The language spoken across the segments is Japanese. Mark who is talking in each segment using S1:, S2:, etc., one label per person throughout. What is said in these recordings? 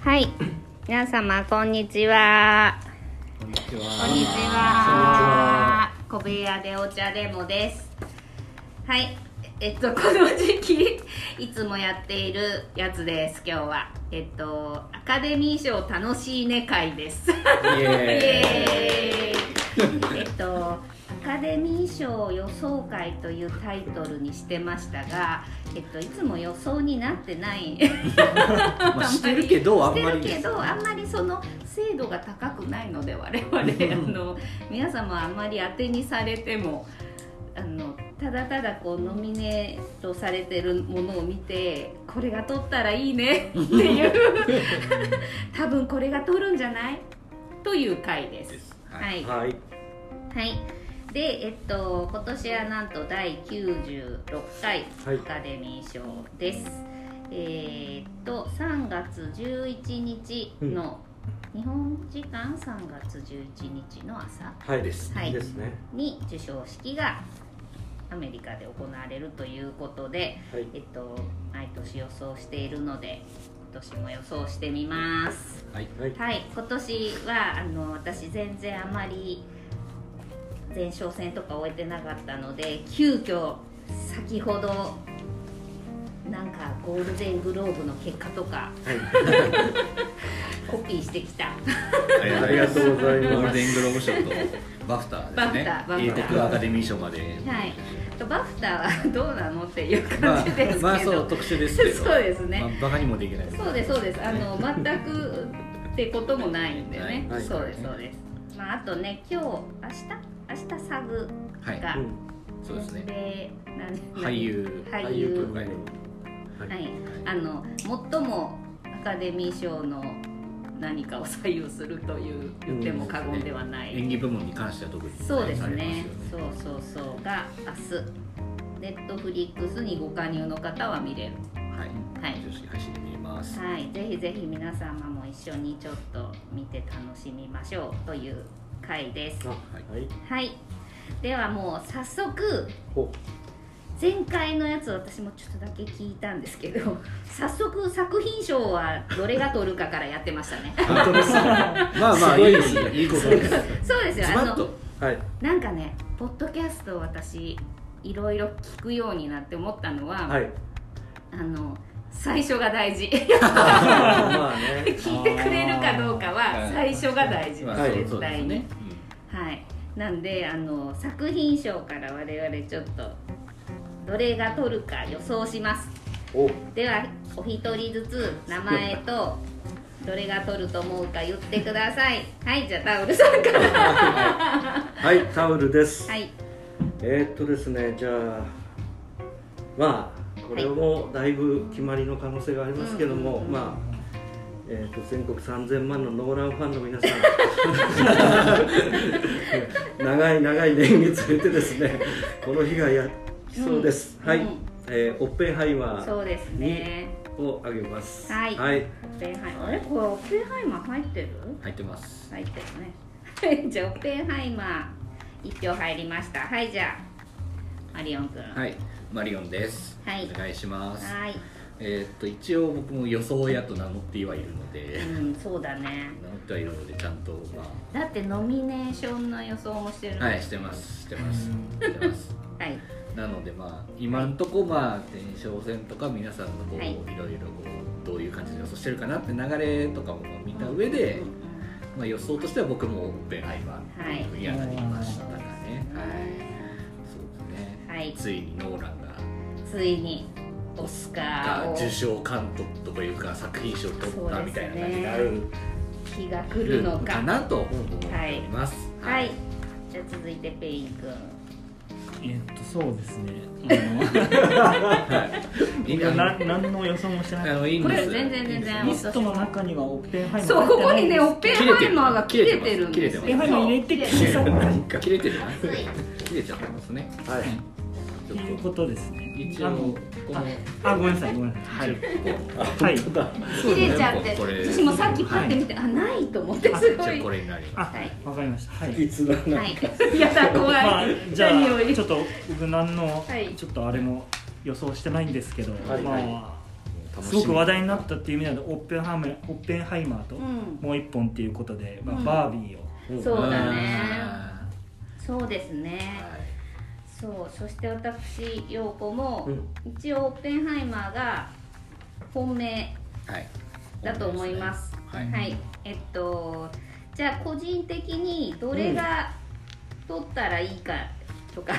S1: はい皆様こんにちは
S2: こんにち
S1: こんにち
S2: は。
S1: は小部屋でお茶レモですはいえっとこの時期 いつもやっているやつです今日はえっとアカデミー賞楽しいね会です
S2: イ
S1: え
S2: エ
S1: っと「アカデミー賞予想会」というタイトルにしてましたが、えっと、いつも予想になってない
S2: ーイ。まあ、してるけど、あんまり。
S1: してるけどあんまりその精度が高くないので我々あの皆様あんまり当てにされてもあのただただこうノミネートされてるものを見てこれが取ったらいいねっていう 多分これが取るんじゃないという回です。はい
S2: はい。
S1: はい。で、えっと、今年はなんと第96回
S2: はい
S1: アカデミー賞です。えーっと、3月11日の、日本時間3月11日の朝
S2: はいです。
S1: はい
S2: ですね。
S1: に授賞式がアメリカで行われるということで、
S2: はい。
S1: えっと、毎年予想しているので、今年も予想してみます。
S2: はい。はい。
S1: はい、今年はあの私全然あまり前哨戦とか終えてなかったので急遽先ほどなんかゴールデングローブの結果とかコピーしてきた
S2: ありがとうございます
S3: ゴールデングローブ賞とバフターですね
S1: バフター
S3: 英
S1: バフター
S3: 国アカデミー賞まで、
S1: はいとバフターはどうなのっていう
S3: ま
S1: 感
S3: あ
S1: じですけど、
S3: まあそう特殊ですけど
S1: そうですね
S3: まあ、バカにもできないです
S1: そうですそうですあの全くってこともないんでね、
S2: はい
S1: そうですそうです、まあ、あとね今日明日明日サグ
S3: はい
S1: が
S2: うん
S3: そうですね
S1: でなん
S3: 俳優
S1: 俳
S2: 俳優
S1: 優
S2: 協会の。
S1: は
S2: はい。
S1: い、あの最もアカデミー賞の何かを左右するという言っても過言ではない、
S3: 演技部門に関しては特に
S1: そうです
S3: あり
S1: ね
S3: ます
S1: そ
S3: よ
S1: うそうそうが明日ネットフリックスにご加入の方は見れる
S3: はい
S1: はい
S3: 女子配信で見れます
S1: はいぜひぜひ皆様も一緒にちょっと見て楽しみましょうという回です
S2: あ、
S1: は
S2: はい。はい。
S1: いではもう早速
S2: ほ。
S1: 前回のやつ私もちょっとだけ聞いたんですけ ど早速作品賞はどれが取るかからやってました ね
S3: 本 当ですまあまあ
S2: すご
S3: い
S2: い
S3: いいいことです
S1: そうですよ
S3: ズ
S1: あ
S3: バッ
S1: の
S3: と
S2: はい。
S1: なんかねポッドキャストを私いろいろ聞くようになって思ったのは、
S2: はい。
S1: あの最初が大 事
S2: まあね。
S1: 聞いてくれるかどうかは最初が大事です、
S3: まあ
S2: はい
S3: そう
S1: 絶対に、
S3: そうですね
S1: はいなんであの作品賞から我々ちょっとどれが取るか予想します
S2: お。
S1: ではお一人ずつ名前とどれが取ると思うか言ってくださいはいじゃあタオルさんから
S2: はい、タオルです。
S1: はい
S2: えーっとですね、じゃあ。まあ、これもだいぶ決まりの可能性がありますけども、
S1: うんうんうん
S2: まあ。えーっと全国3000万のノーランファンの皆 さん長い長い年月を経てですねこの日がやってきそうです、
S1: うん
S2: はい、
S1: うん
S2: えーオッペンハイマ
S1: そ
S2: ー
S1: うですね
S2: をあげます
S1: はい
S2: はい、
S1: オッペンハイマーあれこれオッペンハイマー入ってる
S3: 入ってます
S1: 入ってるねじゃあオッペンハイマー1票入りましたはいじゃあマリオン君
S3: はいマリオンです
S1: はい
S3: お願いします
S1: はい
S3: えーっと一応僕も予想やと名乗ってはいるので
S1: うんそうだね
S3: 名乗ってはいるのでちゃんとまあ
S1: だってノミネーションの予想もしてるの
S3: はいしてますしてますしてます
S1: はい
S3: なのでまあ今んとこまあ前哨戦とか皆さんのこう、
S1: はい
S3: い、ろいろこうどういう感じで予想してるかなって流れとかも見た上で、
S1: うんうん
S3: まあ、予想としては僕もオッペンハイマ
S1: は
S3: ー
S1: い
S3: っていうふうにはなりましたからね、
S1: うん
S3: はいそうですね、
S1: はい
S3: ついにノーラン
S1: ついにオスカー
S3: が
S1: を
S3: 受賞監督というか作品賞を取ったみたいな感じになる
S1: 日が来るのか
S3: かなと思っております、
S1: はい、じゃあ続いてペイン君
S4: えっとそうですね。あ
S3: いいん
S4: の
S3: だ
S4: な何の予想もして
S3: あ
S4: なかっ
S3: のいいん
S1: こ
S3: で
S1: れ
S3: す
S1: 全然全
S4: た。
S1: 然
S4: リストの中にはオッペンハイマー
S1: そうここにねオッペン
S3: ン
S1: ハ
S3: ハ
S1: イ
S3: イ
S1: マ
S3: マ
S1: ー
S3: ー
S1: が
S3: が
S1: 切
S3: 切
S1: れ
S3: れ
S1: て
S3: て
S1: る
S3: る
S1: ん
S3: ん
S1: で
S3: ですす
S1: よ
S3: よ
S4: オッペンハイマー入れて消さないか
S3: 切れてるな
S1: はい
S3: 切れちゃってますね
S2: はい
S4: ということですね。
S3: 一
S4: あ
S3: 応
S4: の
S3: この
S4: あごめんなさいごめんなさい。はい。はい。
S1: 切れちゃって
S3: これ
S1: 私もさっきパッて見て、あないと思って
S3: あ
S1: すご
S3: じゃあ
S1: い
S3: これになります
S4: あ
S1: はい
S4: わかりました。はい。
S2: いつだな、
S1: はいやだ怖い、
S4: まあじゃ
S1: 何よ
S4: あ
S1: り
S4: ちょっと僕何の
S1: はい
S4: ちょっとあれも予想してないんですけど、
S2: はい
S4: まあ
S3: 楽し
S4: す
S3: み
S4: ごく話題になったっていう意味ではオッペンハイマーオッペンハイマーと
S1: うん、
S4: もう一本っていうことで、まあ
S1: うん
S4: バービーを
S2: うん
S1: そうだね
S3: あ
S1: そうですね、
S3: ーはい
S1: そうそして私陽子も、
S2: うん
S1: 一応オッペンハイマーが本命
S3: はい
S1: だと思います。
S3: はい、
S1: はい、えっとじゃあ個人的にどれが取ったらいいかとか、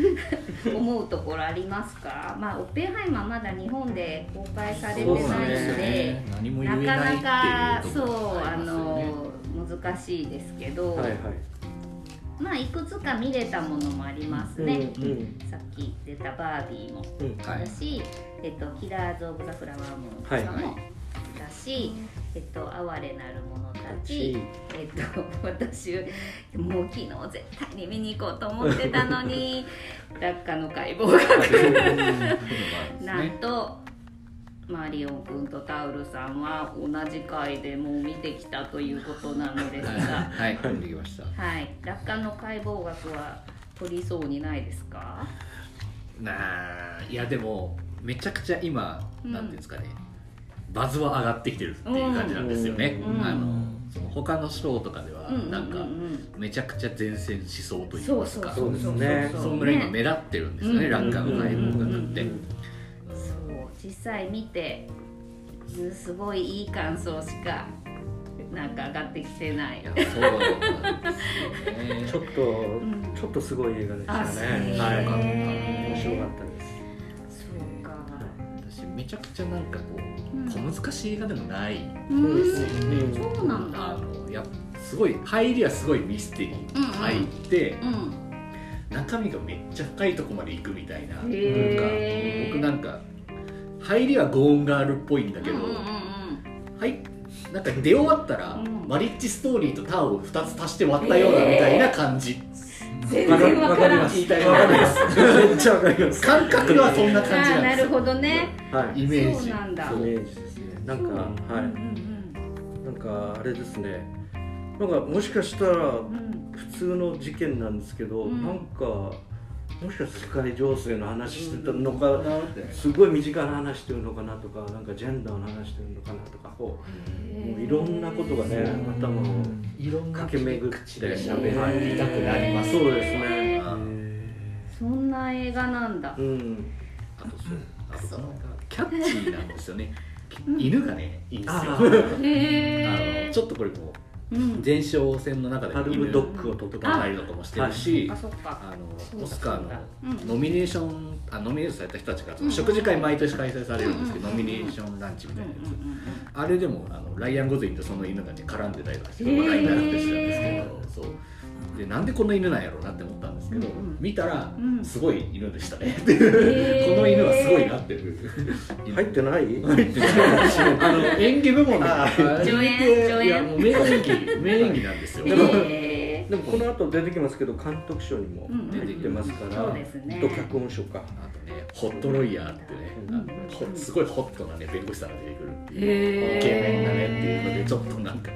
S1: 思うところありますか？まあオッペンハイマーまだ日本で公開されてない
S2: そうなん
S1: の
S2: ですよ
S1: で、
S3: 何も言
S1: な
S3: え
S1: か
S3: ない
S1: なか
S3: っていう
S1: そ
S3: ところ
S1: う
S3: が
S1: あ
S3: りますよね
S1: の難しいですけど、
S2: はいはい
S1: まあいくつか見れたものもありますね。
S2: うんうん
S1: さっき出たバービーも
S2: うん
S3: はい
S1: だし、えっとキラーズオブザフラワームーンと
S2: はい
S1: かもだし、えっと哀れなる者たち、えっと私もう昨日絶対に見に行こうと思ってたの に落下の解剖がな
S3: は
S1: んと、マリオン君とタウルさんは同じ回でもう見てきたということなのですが、
S3: い、はい、できました。
S1: はい、落下の解剖学は取りそうにないですか？
S3: なあ、いやでもめちゃくちゃ今、
S1: うん
S3: なんていうんですかね、バズは上がってきてるっていう感じなんですよね。
S1: うん
S3: あのその他のショーとかではなんかめちゃくちゃ前線しそうといい
S1: そう
S3: ます
S1: そう
S3: か、
S1: そう
S2: そうですね
S3: そんぐらい今目立ってるんですよね、
S1: うん
S3: ラッカーの解放がなんて。
S2: う
S3: うんん
S1: そう実際見てすすごいいい感想しかなんか上がってきてない
S3: いやそうなんで
S2: ち
S3: す
S2: ょっ
S3: よね。
S2: と、
S1: ん
S2: ちょっとすごい映画でしたね。
S1: あ
S2: はい、
S1: そう
S2: 面白かったです。
S1: そうか
S3: 私めちゃくちゃなんかこ
S1: うん
S3: う小難しい映画でもない。
S1: うん
S2: うん
S1: そうなん
S3: あ
S1: だ
S3: のやっぱすごい入りはすごいミステリー入って、
S1: うん
S3: 中身がめっちゃ深いとこまで行くみたいな,、
S1: へー
S3: なんか僕なんか入りはゴーンガールっぽいんだけど、
S1: うんうんうん
S3: はいなんか出終わったら、
S1: うん
S3: マリッジストーリーとターンを2つ足して割ったようなみたいな感じ、
S1: 全然わからん
S2: ます
S3: 言いたい
S2: わか ります。めっちゃわかります。
S3: 感覚はそんな
S1: あ
S3: 感じ
S1: ー
S3: なん
S1: な
S3: で
S1: る
S3: すよ
S1: ほどね
S2: はい。
S3: イメージ
S1: そうなんだ
S2: イメージですね。なんか、
S1: そう
S2: は
S1: うん
S2: い。なんかあれですね。なんかもしかしたら
S1: うんうん
S2: 普通の事件なんですけど、
S1: うん
S2: なんかもしかして世界情勢の話してたのか、
S3: なんて
S2: すごい身近な話してるのかなとかなんかジェンダーの話してるのかなとかこうもういろんなことがね頭を
S3: いろんな
S2: 駆け巡って
S3: で
S1: 喋
S3: 喋りたくなります
S2: そうですね
S1: へーそんな映画なんだ
S2: うん
S3: あとそうあと
S1: そう
S3: なんかキャッチーなんですよね犬がねいいんですよ
S2: あ
S3: あ
S2: ー
S1: へえ
S3: のちょっとこれも
S1: うん
S3: う前哨戦の中で
S2: パ
S3: も
S2: ルムドッグを取っ
S3: と
S2: た
S3: か入るとかもしてるし
S1: あそっか
S3: あ
S1: そう
S3: の
S1: だ
S3: オスカー
S1: うん
S3: のノミネーションあノミネートされた人たちがその食事会毎年開催されるんですけど
S1: うん
S3: ノミネーションランチみ
S1: うん
S3: た
S1: う
S3: い
S1: ん
S3: なや
S1: う
S3: つ
S1: ん
S3: あれでもあのライアン・ゴズリンとその犬がね絡んでたりとかして
S1: へー
S3: 話題になってしたんですけどそうでなんでこの犬なんやろうなって思ったんですけど
S1: うんうん
S3: 見たら
S1: うん
S3: すごい犬でしたね
S1: へー
S3: この犬はすごいなっていう
S2: 入ってない
S3: 入ってないあの演技部門で
S1: 助演助演
S3: いやもう名演技名演技なんですよ
S1: へー
S2: でもこの後出てきますけど監督賞にも
S1: うん
S2: 出てきてますから、
S1: そうですね
S2: と脚本賞か
S3: あとね、ホットロイヤーってね、
S2: う
S3: あ
S2: ん
S3: のほすごいホットなね、弁護士さんが出てくるっていう、
S1: へー
S3: イケメンだねっていうので、ちょっとなんか、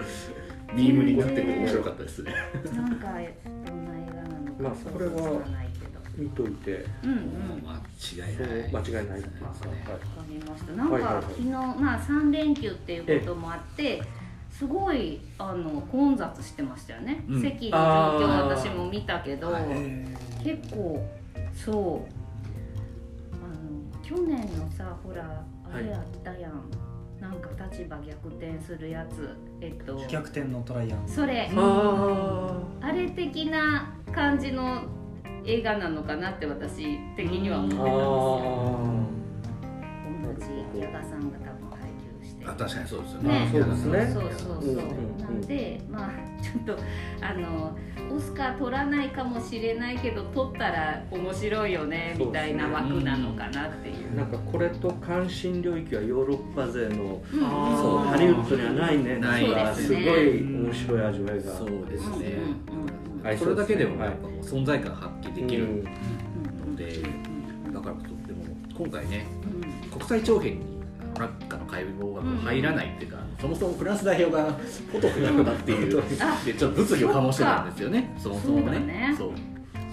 S3: ミームになってて面白かったですね。
S1: なんかどんな映画なのか、
S2: まあそれは
S1: 想像つかないけど。
S2: 見といて
S1: うんうん。わ
S3: 間違い
S2: そう
S3: ない。
S2: 間違いないって
S3: で
S2: いうか、
S3: す
S2: は
S3: ね。
S2: い
S1: かりました。なんか、
S2: はいはいはい
S1: 昨日まあ三連休っていうこともあって。すごいあの混雑してましたよね、
S3: うん
S1: 席の状況
S2: あー
S1: 私も見たけど、
S3: はい
S1: 結構そうあの去年のさほらあれやったやん、なんか立場逆転するやつえっと
S4: 逆転のトライアン
S1: それ
S2: あ
S1: あれ的な感じの映画なのかなって私的には思って
S2: ー
S1: た
S2: あー
S1: んですよ同じ矢賀さんが多分配給して
S3: あ確かにそうですよ
S1: ね
S3: ね。
S2: そうですね
S1: そうそうそう、
S2: うんうんうん
S1: なんでまあちょっとあのオスカー取らないかもしれないけど取ったら面白いよねみたいな枠なのかなっていう
S2: なんかこれと関心領域はヨーロッパ勢の
S1: うんうん
S4: あー
S2: そうハリウッドにはないね
S3: ない
S2: んか
S1: そうです
S2: すご
S1: ね
S2: い面白い味わいが
S3: そうで
S1: う
S3: すね
S1: んうんうん。
S2: はい
S3: それだけでも
S2: はい
S3: やっぱもう存在感発揮でき
S2: う
S3: る
S2: ん
S1: うん
S3: ので、だからとっても今回ね、
S1: うん
S3: 国際長編にあの落下の解剖が入らないっていうか、そもそもフランス代表がポトフだったっていう
S1: あ
S3: でちょっと物議を醸してたんですよねそもそもね
S1: そうだね
S3: そ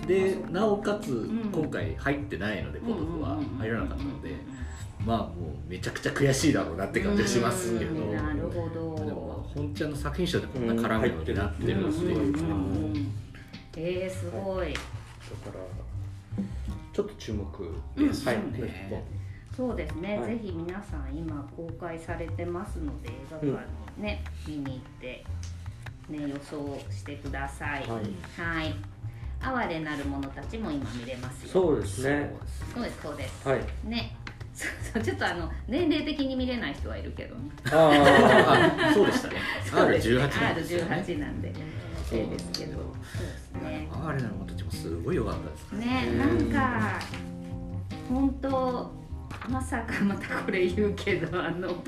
S3: うでなおかつ
S1: ん
S3: 今回入ってないのでポトフは
S1: うんうんうんうん
S3: 入らなかったので
S1: うん
S3: まあもうめちゃくちゃ悔しいだろうなって感じがしますけど、
S1: うんなるほど
S3: でも本ちゃんの作品賞でこんな絡むようになってるのって
S1: うん
S3: いう
S1: うん
S3: のはもう
S1: うんうんえー、すごい
S2: だからちょっと注目です、
S1: うん
S2: はい、
S1: そう
S3: ね
S2: もう
S1: そうですね、
S2: はい
S1: ぜひ皆さん今公開されてますので映画館にね、見に行って、ね、予想してください
S2: はい
S1: はい哀れなる者たちも今見れますよ
S2: そうですね
S1: そうですそうです
S2: はい
S1: ねそうそうちょっとあの年齢的に見れない人はいるけどね
S2: あ
S3: あそうでしたね R18 なんですよね
S1: R18 なんで
S3: そう
S1: そうですけどそうですね
S3: R なの私たちもすごい良かったですから
S1: ねなんか本当まさかまたこれ言うけどあの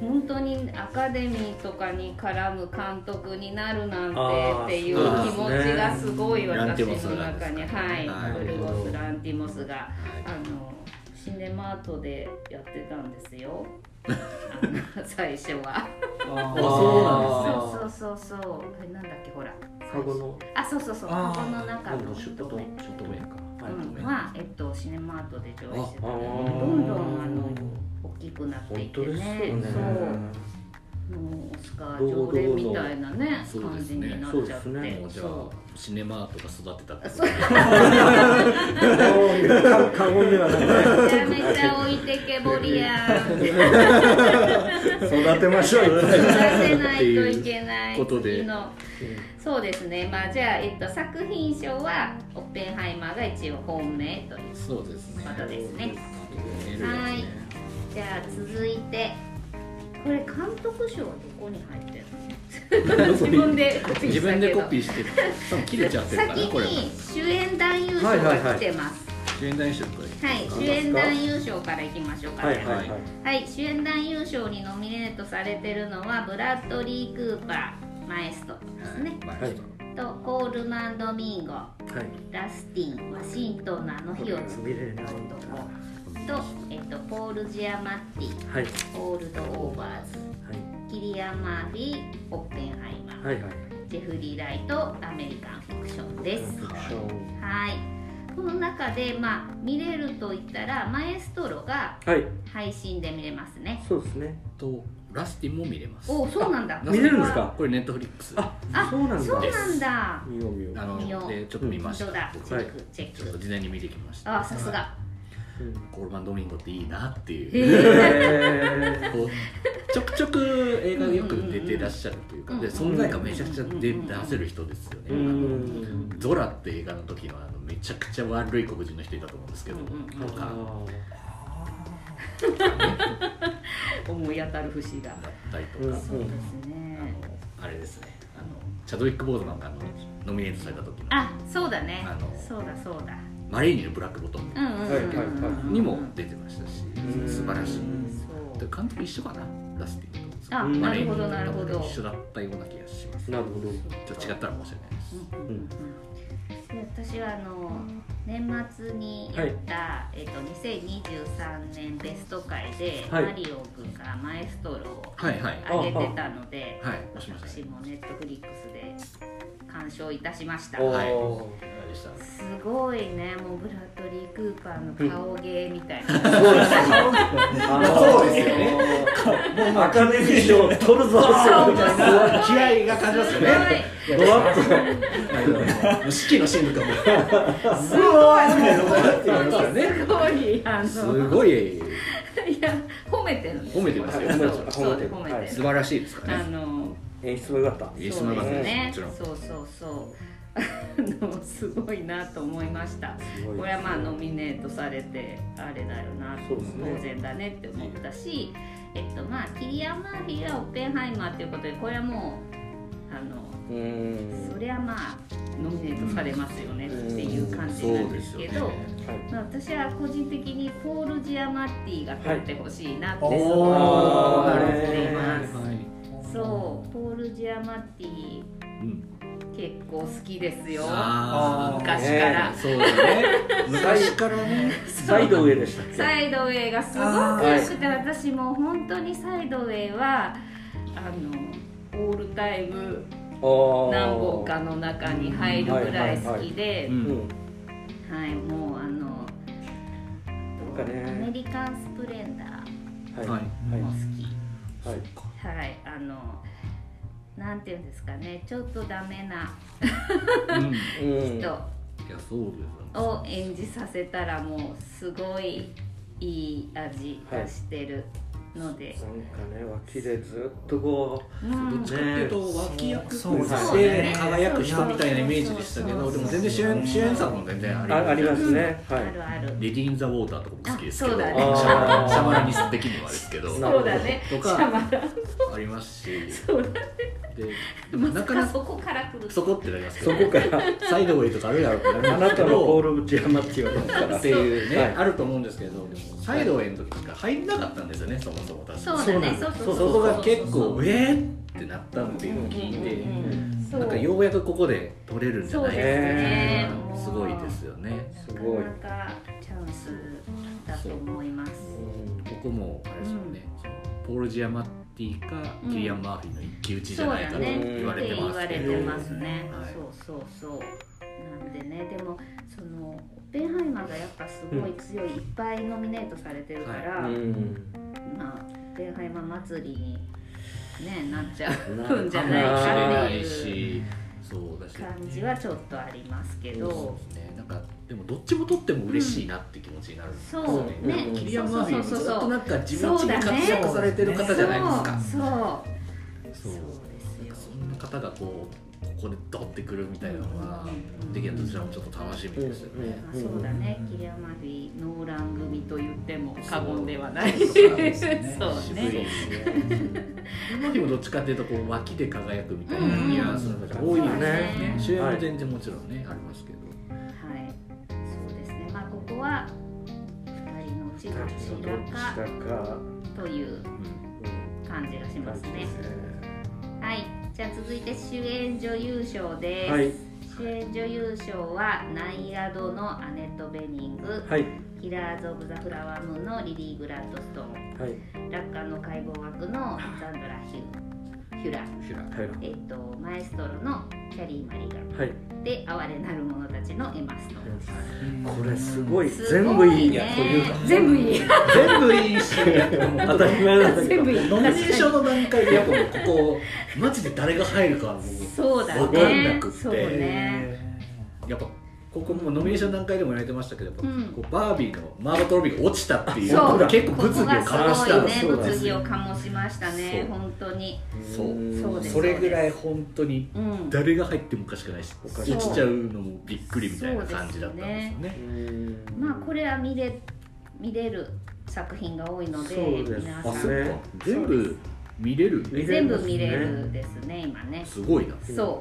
S1: 本当にアカデミーとかに絡む監督になるなんて
S2: あー
S1: っていう
S3: そう
S1: 気
S3: です
S1: 持
S2: ね
S1: ちがすごい
S3: ランテ
S1: 私
S3: ィモス
S1: の
S3: が
S1: 中にはい
S3: はい
S1: ブルゴス・ランティモスが
S3: はい
S1: あのシネマートでやってたんですよあの最初は
S4: あ
S2: ー
S3: そ
S1: そうそうそうそうあれなんだっけほら
S2: カゴの
S1: あそうそうそう
S4: あー
S1: カゴの中
S2: カゴ
S1: の
S2: のシュッと
S1: ね
S3: ちょっと上か
S2: はい
S1: うん、は、えっと、シネマートで上映してた
S2: あ
S1: の
S2: ー
S1: どんどんあの大きくなってい
S2: 本
S1: って
S2: 当ですよ
S1: ね
S2: ね
S1: そうもうオスカー常連みたいなね
S3: どうぞ
S1: 感じになっちゃって
S2: そうですね
S3: もうじゃ
S1: そ
S3: あシネマートが育てたってこと
S1: そう
S2: カゴではな
S1: うめちゃめちゃ置いてけぼりやんって育
S2: く育てましょういっぱい
S1: てないといけない
S3: っていうことで
S1: 次のそうですねまあじゃあ、えっと、作品賞はオッペンハイマーが一応本命という
S3: そうですね
S1: またですね
S3: はい
S1: じゃあ続いてこれ監督賞はどこに入ってるの自分でコピーしたけど
S3: 自分でコピーしてる多分切れちゃってるか
S1: 先
S3: なこれも
S1: に主演男優賞が来てます
S3: 主演男優賞これ
S1: はい
S2: はい
S1: 主演男優賞からいきましょうか
S2: はい
S1: ね
S2: はいはい
S1: はい主演男優賞にノミネートされてるのはブラッドリー・クーパーマエストロですね、
S3: まあ
S2: はい
S1: とコールマン・ドミンゴ
S2: はい
S1: ダスティンワシントンのあの日を作
S2: 見れ
S1: る
S2: ない
S1: 男と、えっと、ポール・ジアマッティ
S2: はい
S1: オールド・オーバーズキリアン・マーフィーオッペンハイマー、
S2: はいはいはい
S1: ジェフリー・ライトアメリカン・フィクションです、
S2: フィクション
S1: はいこの中で、まあ、見れると言ったらマエストロが
S2: はい
S1: 配信で見れますね
S2: そうですね
S3: とラスティも見れます
S1: おそうなんだ
S3: あ
S2: 見れるんですか
S3: これネットフリックスあ
S1: あ
S2: そうなん
S1: そう
S2: だ
S1: なんだ
S2: 見よう見よう
S1: 見よ
S3: の
S1: う
S3: でちょっと見ま
S1: 本
S3: した
S1: 当だチェックチェ
S3: ちょっ
S1: ッ
S3: と
S1: ク
S3: 事前に見てきました
S1: あさすが
S2: うん
S3: コールマンドミンゴっていいなって
S1: へ
S3: いう
S1: え
S2: え
S3: こうちょくちょく映画よく出てらっしゃるというか
S1: うんうん
S3: で
S1: うん
S3: 存在感めちゃくちゃ出出せる人ですよ
S2: ーう
S3: ね
S2: ん
S3: ゾラって映画の時のあのめちゃくちゃ悪い黒人の人いたと思うんですけど
S1: うんうん
S3: なんか
S1: 思い当たる節が
S3: だったりと
S2: うん
S3: か
S1: そうです
S3: あ
S1: ね
S3: のあれですねあのチャドウィック・ボードなんかのノミネートされた時の
S1: あそうだね
S3: あの
S1: そうだそうだ
S3: マレーニのブラックボトム
S1: うんうんうんうんうんうん
S3: にも出てましたし
S2: うん
S3: 素晴らしい
S1: そう
S3: で監督一緒かなラスティンと
S1: あ
S3: マレー
S1: なる
S3: ニ
S1: ほどなるほど
S3: 一緒だったような気がします
S2: なるほど
S3: ちょっと違ったら申し訳ないです
S1: うんうんうんで私はあの年末にやった、えっと2023年ベスト会で、
S2: はい
S1: マリオ君がマエストロを
S3: はいはい
S1: あげてたので、
S3: はい押しました
S1: 私
S3: ね
S1: もネットフリックスで鑑賞いたしました
S2: お
S3: はい
S2: ー
S3: あれでした
S1: すごいねもうブラッドリー・クーパーの顔芸みたいな、
S2: そうですよそうですよねアカデミー賞取るぞ
S3: 気合が感じますよね
S2: ドアップ
S3: 四季のシーンとかも
S1: すごい
S3: って言いますよね
S1: すごいあの
S3: すごい
S1: いや褒めてるんですよ
S3: 褒めてますよ
S1: そう
S2: 褒めてる
S1: そう
S2: 褒
S1: 褒め
S2: めてる
S1: て
S2: は
S1: る
S2: い
S3: 素晴らしいですか
S1: あ
S3: らね
S1: の
S2: 演出も良かった
S3: イエスマガ
S1: そう
S3: ン
S1: です
S3: ね
S1: ね
S3: もちろん
S1: そうそう そうあのすごいなと思いました
S2: すごい
S1: これはまあノミネートされてあれだよな
S2: そ
S1: 当
S2: うですね
S1: 然だねって思ったし、えっとまあキリアン・マーフィーがオッペンハイマーっていうことでこれはもうあの
S2: うーん
S1: そりゃまあノミネートされますよねっていう感じなんですけど、
S2: はい
S1: まあ、私は個人的にポール・ジアマッティが取ってほしいなって
S3: お
S1: すごい
S2: おー
S3: おー
S1: 思
S3: な
S2: な
S3: る
S2: る
S3: ほ
S2: ほ
S3: ど
S1: っ
S2: どね
S1: ていま
S3: は
S1: す
S3: い
S1: そうポール・ジアマッティ
S3: うん
S1: 結構好きですよ
S3: あー
S1: 昔から、
S3: そうだね昔からね
S2: サイドウェイでしたっけ
S1: サイドウェイがすごく良くて私もう本当にサイドウェイはあのオールタイム何
S2: 何
S1: 本かの中に入るぐらい好きで、
S3: うん
S2: うん
S1: はい、もうあの
S2: かね
S1: アメリカンスプレンダー
S2: はい
S3: は
S2: はいい
S1: も好き。
S2: はい
S1: はい、あの。なんていうんですかね、ちょっとダメな
S4: うん
S2: うん
S1: 人
S3: いやそうですよ
S1: を演じさせたら、もうすごい。いい味がしてるので。
S2: なんかね脇でずっとこ
S1: うん
S3: どっちかっていうと脇役
S4: そう
S3: とし
S1: そう
S3: て
S1: ね
S3: 輝く人みたいなイメージでしたけ
S1: そうそ
S3: ど
S1: う
S3: で
S1: そう
S3: も全然主演主演作も全然あ
S2: う
S3: り
S2: あありますね、は
S1: あ
S2: い
S1: るある。
S3: レディー・イン・ザ・ウォーターとかも好きですけど、
S1: あそうだね
S3: シャマランシャマラニス的にはですけど
S2: な
S1: そうだね。シ
S3: と
S1: ャ
S3: か
S1: マラン。
S3: ありますし
S1: そうだね。
S3: でで
S1: ま
S3: もな
S1: さ
S3: かな
S1: か
S3: か
S1: そこから来る。
S3: そこってなりますけ
S2: そ
S3: ど
S2: こから
S3: サイドウェイとかあるやろうってなり
S2: あ
S3: ま
S2: な
S3: すけ
S2: たのポー
S3: ど
S2: ル内山って言われたから
S3: っていうね、
S2: はい
S3: あると思うんですけどでもサイドウェイの時とか入んなかったんですよねそもそも確
S1: そ
S3: か
S1: う
S3: に
S1: だね。
S2: そうなんだ
S1: そうそう
S3: そこが結
S1: そう
S3: 構えーってなったっていうのを聞いて、
S1: うんうんうんそう
S3: なんかようやくここで取れるんじゃないかっていうのがすごいですよね。
S2: すごい
S1: なかなかチャンスだと思います。
S2: うん
S3: ここもあれですよね、そのポール・ジアマッティか
S1: うん
S3: キリアン・マーフィーの一騎打ちじ
S1: そ
S3: ゃ
S1: う
S3: ない
S1: だ
S3: かと
S1: ね。
S3: 言われて
S1: 言
S3: ま
S1: わ
S3: す
S1: れ
S3: け
S1: て
S3: ど、
S1: ますね。
S3: はい
S1: そうそうそう。なんでね、でもそのオッペンハイマーがやっぱすごい強い、いっぱいノミネートされてるから、
S2: うん
S1: まあオッペンハイマー祭りにねなっちゃ
S2: な
S1: うんじゃない
S3: か
S1: かっ
S3: もしれ
S1: て
S3: ない
S1: いう
S3: し、そうだし、
S1: 感じはちょっとありますけど。
S3: そうですね。なんかでもどっちも取っても嬉しいなって気持ちになるんですよ
S1: そう
S3: ね。
S1: ね
S2: う、ん
S3: キリアン・マーフィーもずっとなんか自
S1: そ
S3: 分
S1: う
S3: ち
S1: だ
S3: で
S1: ね
S3: 活躍されてる方じゃないですか。
S1: そう
S3: そ
S1: そうう
S3: なん
S1: で
S3: か
S1: す
S3: そ
S1: よ。
S3: んな方がこうここでドってくるみたいなのはできたとしたらどちらもちょっと楽しみですよね。
S1: まあ、そうだね、桐山美ノーラン組と言っても過言ではない。
S3: そうですね
S1: そう
S3: 渋い
S1: ね。
S3: ですね。今でもどっちかっていうとこう脇で輝くみたいなニュアンスの方が多いよ
S1: そうだ
S3: ね。
S1: ね
S3: 主演も全然もちろんねありますけど。
S1: はい。そうですね。まあ、ここは。二人のうちどち
S2: どち
S1: らから
S2: か
S1: という
S3: うん
S2: うん
S1: 感じがしますね。
S2: ね
S1: はい。じゃあ、続いて主演女優賞です。
S2: はい
S1: 主演女優賞はナイアドのアネット・ベニング、
S2: はい
S1: キラーズ・オブ・ザ・フラワームーンのリリー・グラントストーン、
S2: はい
S1: 楽観の解剖学のサンドラ・ヒュヒュラ、
S3: ヒュラ
S2: はい
S1: えっと、マエストロのキャリー・マリガン
S2: はい
S1: で哀れなる者たちのエマストーン
S2: これすごい
S1: す
S2: 全
S1: ご
S2: 部いい
S1: ね
S2: ねというか
S1: 全部いい
S3: 全部いいし、
S2: 当たり前なんだけ
S1: 全
S2: ど
S1: 部いい
S3: ノミネーションの段階でやっぱもうここマジで誰が入るかもう
S1: そうだね
S3: わかんなくって
S1: そうね
S3: やっぱここもノミネーションの段階でも言われてましたけど、やっぱ
S1: うん
S3: こうバービーのマーゴット・ロビーが落ちたっていう
S1: そう
S3: ここが結構
S1: ここ
S3: 物議を
S1: が
S3: 醸し
S1: す
S3: た
S1: ごいね
S2: そうだね
S1: 物議を醸しましたね
S3: そう
S1: 本当に
S3: そう
S1: そうです
S3: それぐらい本当に
S1: うん
S3: 誰が入ってもおかしくないし
S2: お
S3: 落
S2: かしくない
S3: ちちゃうのもびっくりみたいな感じだったんですよね。
S2: うん
S1: まあこれは見れ見れる作品が多いので
S2: そうです
S1: 皆さ
S3: あ
S1: ん
S3: そっか
S2: ね
S3: 全部見れる
S2: 見れ
S1: 全
S2: る
S1: 部
S2: んですね
S1: 見れるですね今ね
S3: すごいな
S1: そ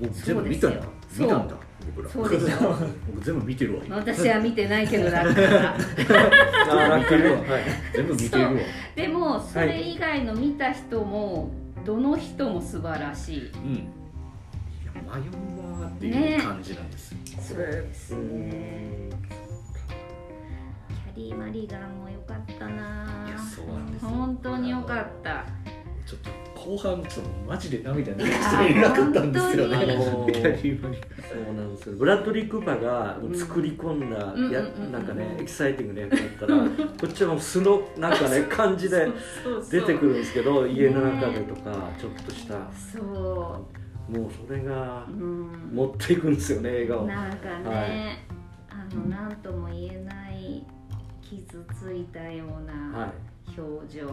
S3: 僕全部見たんだ
S1: そうですよ
S3: 見たんだ僕ら
S1: そうですよ
S3: 僕全部見てるわ
S1: う私は見てないけどだから
S2: あーなんかね
S3: 見てるわ
S2: はい
S3: 全部見てるわ
S1: でもそれ以外の見た人も、どの人も素晴らしい
S3: うんいや迷うわーっていう感じなんですよ
S1: そう
S2: れ
S1: ですねキャリー・マリガンも良かったない
S3: やそうなんですよ
S1: 本当に良かった
S3: ちょっと後半ちょっとマジで涙流していなかったんですよね
S1: いや
S2: 本当に
S3: キャリーマリ
S2: そうなんですよブラッドリー・クーパーが作り込んだ
S1: うん
S2: や、
S1: うん
S2: なんか
S1: うんうん
S2: ね
S1: うん
S2: エキサイティングな役だったらこっちはもう素のなんかね感じで
S1: そうそう
S2: 出てくるんですけど家の中でとかちょっとしたも
S1: そう
S2: それが
S1: ううん
S2: 持っていくんですよね映画を
S1: なんかね、
S2: は
S1: あの何とも言えない傷ついたような
S2: は
S1: い表情、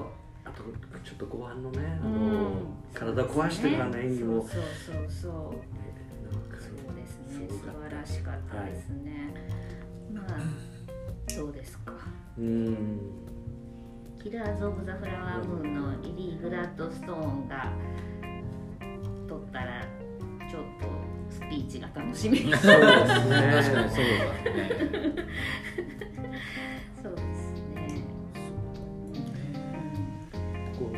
S2: あとちょっと後半のねあ
S1: う
S2: の、
S1: ん
S2: 体壊してからの演技も、
S1: そうそうそうそう
S2: なんか
S1: そうです
S2: す
S1: ね
S2: ご
S1: 素
S2: かった
S1: 晴らしかったですね、まあそうですか
S2: うん
S1: キラーズ・オブ・ザ・フラワームーンのリリー・グラッドストーンが撮ったらちょっとスピーチが楽しみ
S2: そうですね
S3: 確かにそうだね
S1: そうですね
S2: こ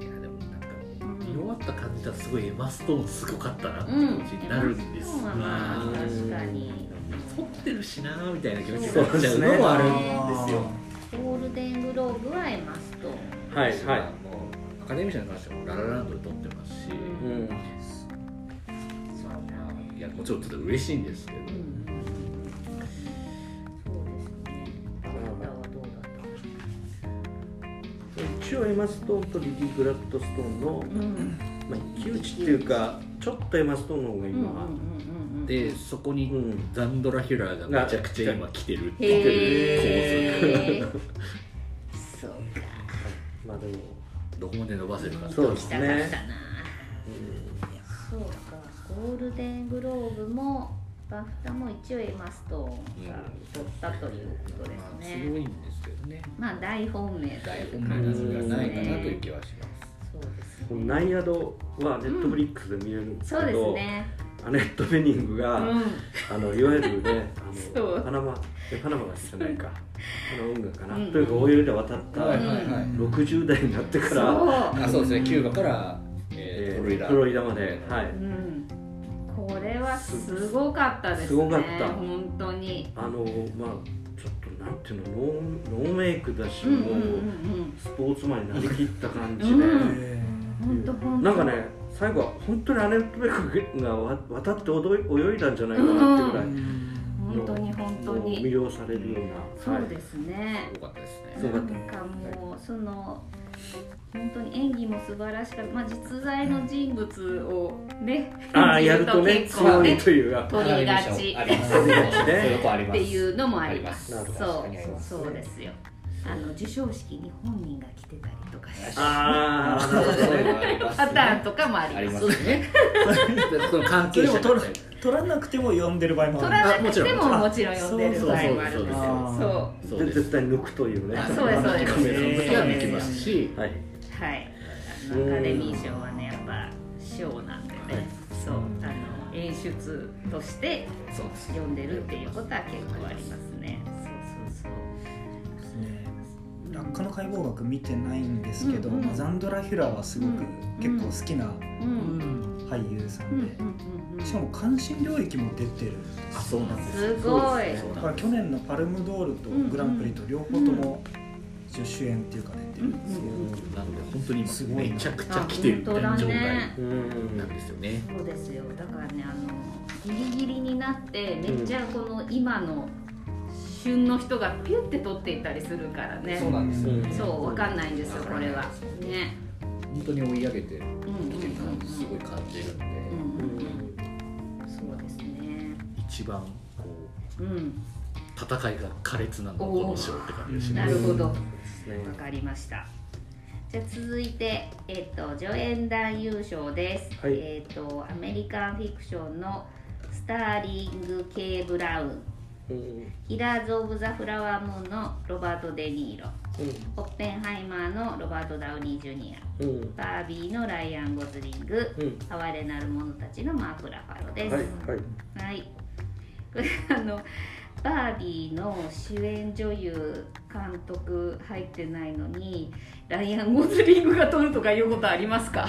S3: いやでもなんか弱った感じだとすごいエマストーンすごかったなって
S1: う
S3: 気
S1: ん
S3: 持ちになるんです
S1: そう
S3: が、
S1: なんだ
S2: うん
S1: 確かに
S3: 撮ってるしなーみたいな気持ちになっちゃうのもあるんですよ。
S1: ゴールデングローブはエマストーン
S2: うはいはい
S3: もうアカデミー賞に関してはもうララランドで撮ってますし、
S2: うん
S1: そうだ
S3: まあいやもちろんちょっと嬉しいんですけど、
S1: うんそうですね。
S2: まあ手はエマ・ストーンとリリー・グラッドストーンの、
S1: うん
S2: まあ、一騎打ちっていうかちょっとエマ・ストーンの方が
S1: うんうん
S2: 今、
S1: うんうん
S3: でそこに
S2: うん
S3: ザンドラ・ヒュラーがめちゃくちゃ今来てるってい
S1: へ
S3: う構
S1: ーそうか
S2: まあでも、
S3: 図どこまで伸ばせるか
S2: そうで
S1: 来
S2: す
S1: たかっ
S2: ね
S1: たなそうかゴールデングローブもバフタも一応エマストーンが取ったということで
S3: まあ、
S1: すね、
S3: 強いんですけどね
S1: まあ大本命と
S3: 大
S1: い
S3: 本
S1: う
S3: 命な
S1: 感
S3: ん
S1: じです
S3: じ
S1: ね
S3: ゃないかなという気はします
S1: そうですね
S2: このナイアドはネットフリックスで見れるんです
S1: そう
S2: け
S1: で
S2: ど、
S1: すね
S2: アネット・ベニング
S1: う
S2: が、
S1: ん
S2: あのいわゆ るねあ
S1: そ
S2: の
S1: う
S2: パナマえパナマがじゃないかあの音楽かな、
S1: うん
S2: というか大揺れで渡った
S1: いはいはい
S4: うん
S2: 60代になってから、
S1: そう
S3: あそうですねキューバから、
S2: え
S3: え
S2: ー
S3: ー、フロリダ
S2: フロリダまで、は
S1: う
S2: い、
S1: んこれはすごかったですね
S2: すごかった
S1: 本当に
S2: あのまあちょっとなんていうのノーノーメイクだし、
S1: うんうん
S2: も
S1: うん
S2: うスポーツマンになりきった感じで、
S1: うん
S4: え
S1: うん本当本当
S2: なんかね最後は本当にアネット・ベニングがわ渡って踊い泳いだんじゃないかなってぐ
S4: ー
S2: らい、
S1: 本当に本当
S2: もう魅
S1: に
S2: 了されるような、
S1: そうですね
S3: 多かったですね
S2: すごかった
S1: なんかもうその本当に演技も素晴らしかった、まあ、実在の人物をね
S2: ああやるとね
S1: 結構
S2: 強い
S1: ね
S2: というか
S1: 取りがち
S3: あります
S2: 取りがちね
S3: そういうとこあり
S1: っ
S3: ます
S1: ていうのもあります
S2: なるほ
S1: そ
S2: ど
S1: う
S3: 確かにあります
S1: そうですよあの授賞式に本人が来てたりとかして
S2: ああな
S3: そう
S2: るほど
S3: そう
S2: ね
S3: いうのあります
S1: パターンとかもあ
S3: あ
S1: り
S3: り
S1: ま
S3: ますすねその関係
S4: それ
S3: 者
S4: を
S3: だった
S4: 取ら
S3: り
S4: 取らなくても読んでる場合もあ
S1: 取
S4: る
S1: らな
S3: あも
S1: く
S3: ちろん
S1: てももちろん読んでる場合もあるんですよ
S4: あ
S1: そ
S4: そううそ
S3: そう
S4: う
S2: で
S3: です
S2: 絶対抜くというね
S1: あそうですそうです
S2: カメラの
S4: え
S3: そ
S4: ー
S3: れはできますし
S2: はい
S1: はいあのアカデミー賞はねやっぱ賞なんでねそうあの演出として
S3: そうです
S1: 読んでるっていうことは結構ありますねそうそうそう
S4: ですね落下の解剖学見てないんですけど、
S1: うんうん
S4: まあザンドラ・ヒュラーはすごく
S1: うん
S4: 結構好きな
S1: うん
S4: 俳優さ
S1: うん
S4: ん
S1: う
S4: で、
S1: んうん
S4: しかも関心領域も出てるんですよ
S3: あそうなんです
S1: すごい
S3: そう
S4: だか
S3: な
S4: ら
S3: んで
S4: 去年のパルムドールとグランプリと両方とも一応主演っていうかね出るんですけど、
S1: うんうん
S3: すなので本当に
S4: す
S3: 今
S4: ごいな
S3: めちゃくちゃ来てる
S1: あ
S3: 状
S1: 本当だね
S3: 態
S2: う
S3: なん
S2: ん
S3: ですよね
S1: そうですよだからねあのギリギリになってめっちゃこの今の旬の人がピュって撮っていったりするからね
S3: そうなんですよね
S1: そうわかんないんですよこれはね
S3: 本当に追い上げて
S1: うんうんうん
S3: きてる感じすごい感じるん
S1: うん
S3: で
S1: うん
S2: うん
S1: うんそうですね
S3: 一番こう
S1: うん
S3: 戦いが苛烈なのがこの賞って感じがし
S1: な
S3: ます
S1: るほどわ
S2: ですね
S1: かりましたじゃあ続いて、えっと助演男優賞です、
S2: はい
S1: えっとアメリカンフィクションのスターリング・ K ・ブラウン
S2: うんうん
S1: キラーズ・オブ・ザ・フラワームーンのロバート・デ・ニーロオッペンハイマーのロバート・ダウニー・ジュニア
S2: うんうん
S1: バービーのライアン・ゴズリング
S2: うん
S1: 哀れなる者たちのマーク・ラファロです
S2: はいはい
S1: はい、これあのバービーの主演女優監督入ってないのにライアン・ゴズリングが撮るとかいうことありますか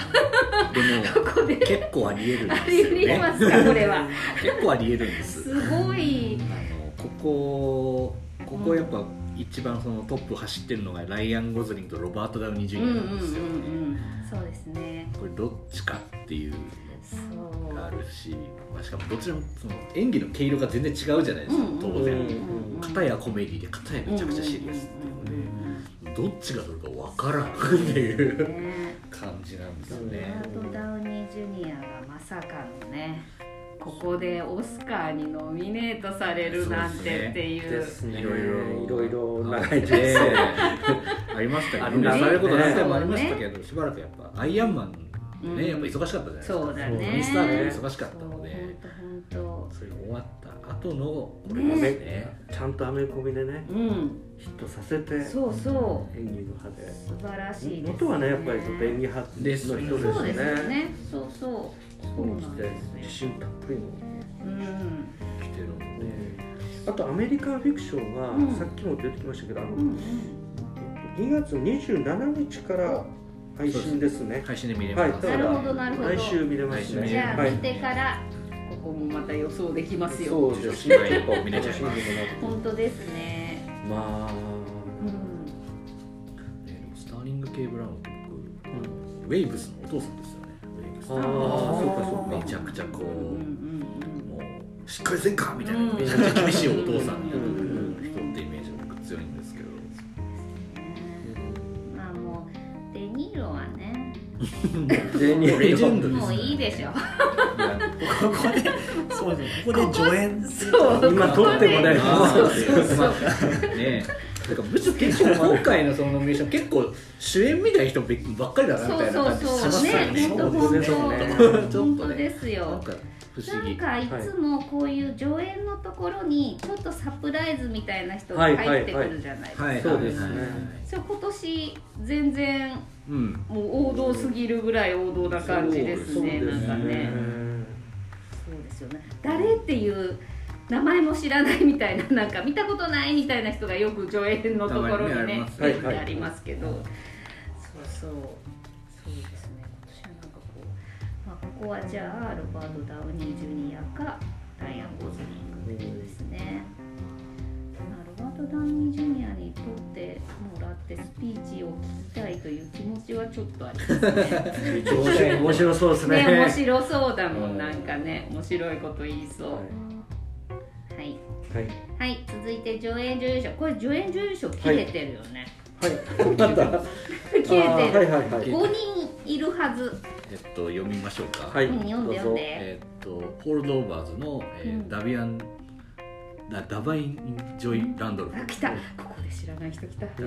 S3: でも
S1: ここで
S3: 結構ありえるんで
S1: あ
S3: す
S1: り
S3: よ
S1: 得
S3: ね
S1: ますかこれは
S3: 結構ありえるんです
S1: すごい
S3: あのここここやっぱ一番そのトップ走ってるのがライアン・ゴズリングとロバート・ダウニー・ジ
S1: う
S3: ュ
S1: んうん
S3: ニ
S1: う
S3: ア
S1: んう
S3: なんですよ、
S1: んそうですね
S3: これどっちかっていう
S1: そう
S3: のがあるし、まあ、しかもどちらもその演技の毛色が全然違うじゃないですか、
S1: うん
S3: 当
S2: う
S3: 然
S2: ん
S3: 片やコメディで片やめちゃくちゃシリアスっていうのでどっちがどれか分からんっていう
S1: うんうんうんね
S3: 感じなんですよ
S1: ロ
S3: ね
S1: バート・ダウニー・ジュニアがまさかのねここでオスカーにノミネートされるなん
S3: そう
S1: て
S3: ですね
S1: っていう
S2: ですね
S3: いろいろ
S2: いろいろ長い人
S3: で
S2: 生
S3: ありました
S2: あ
S3: け
S2: り
S3: ど
S2: ましたね
S3: ねそういうこと何回もありましたけどしばらくやっぱアイアンマンでね、
S1: うん
S3: やっぱ忙しかったじゃないですか
S1: そうだね
S3: ミスターも忙しかっ
S1: そう
S3: たので
S1: 本当本
S3: それが終わった後のこれ
S1: ね
S3: ですね
S2: ちゃんとアメコミでね
S1: 当うん
S2: ヒットさせて演
S1: そうそう
S2: 技の派で
S1: 素晴らしいですね
S2: 元はねやっぱりちょっと演技派の人ですよね
S1: そうですよねそうそう
S2: こ
S1: そ
S2: こ
S1: う
S2: に
S1: な
S2: 来
S1: ん
S2: て
S1: で
S2: 自
S1: すよ
S2: 信たっぷりの
S1: うん
S3: 来てるんで
S2: あとアメリカンフィクションは、
S1: うん
S2: さっきも出てきましたけどあの、
S1: うん
S2: 2月27日から配信ですね。
S3: 配信で見れ
S2: はい、
S3: ます、
S1: なるほどなるほど
S2: 来週見れます
S1: う
S3: は
S1: ん
S3: い
S2: ね。
S1: じゃあ
S2: はい
S1: 見、てからここもまた予想できますよ
S2: そうです
S3: しないと見れちゃいま
S1: 本当ですね
S2: まあ、
S1: うん
S3: ねスターリング・ケイ・ブラウンって僕ウェイブスのお父さんですよねウェイブス
S2: ああ、そうかそうか。
S3: めちゃくちゃこう、
S1: うんうんうん
S3: もうしっかりせんかみたいな、
S1: うん
S3: めちゃくちゃ厳しいお父さんにな
S2: うん
S3: る人ってイメージが僕強いんですけど、
S1: まあもうロはね
S2: 全
S3: もうレジェンドですね
S1: もういいでしょ
S4: ここでそうですここで助演っていう
S1: そう
S4: か
S2: 今撮ってもらえ
S3: あ
S2: ま
S3: ー
S2: す
S3: ねえてかむしろ結構今回のそのノミネーション結構主演みたいな人ばっかりだなみたいな感じし
S1: そうそ
S3: ま
S1: う
S3: す
S1: そう
S3: よね
S1: ね
S2: そう
S1: 本
S2: ですね
S1: 当
S3: ちょっとね
S1: 本当です
S3: な
S1: よ
S3: んか不
S1: な
S3: 思
S1: ん
S3: 議
S1: かいつもこういう上演のところにちょっとサプライズみたいな人が入ってくるじゃないですか、
S3: はい
S2: そうですね
S3: はいはいはい
S1: そう今年全然
S3: うん
S1: もう王道すぎるぐらい王道な感じですね
S2: そうですね
S1: なんかねそうですよね誰っていう名前も知らないみたいな なんか見たことないみたいな人がよく上演のところに
S3: たまにね
S1: ねよく
S2: ありますねはいはい
S1: ありますけど、そうそうそうですね今年はなんかこう、まあ、ここはじゃあロバート・ダウニー・ジュニアかダイアン・ゴズリングってことですね、まあロバート・ダウニー・ジュニアにとってもらってスピーチを聞きたいという気持ちはちょっとありますね
S2: 面白い面白そうですね
S1: ね面白そうだも
S3: うんん
S1: なんかね面白いこと言いそうはい
S2: はいはい
S1: はい続いて上演女優賞これ上演女優賞切れてるよね、
S2: なんだ
S1: 切れ
S2: あー
S1: て
S2: は
S1: る
S2: いはいはい
S1: 5人いるはず、
S3: えっと読みましょうか
S2: はい
S1: うん読んで読んで、
S3: えっとホールドオーバーズの、え
S1: う
S3: ー
S1: ん
S3: ダビアンダダバイン・ジョイ・ランドルフ
S1: あ来 たここで知らない人来た、
S3: と,、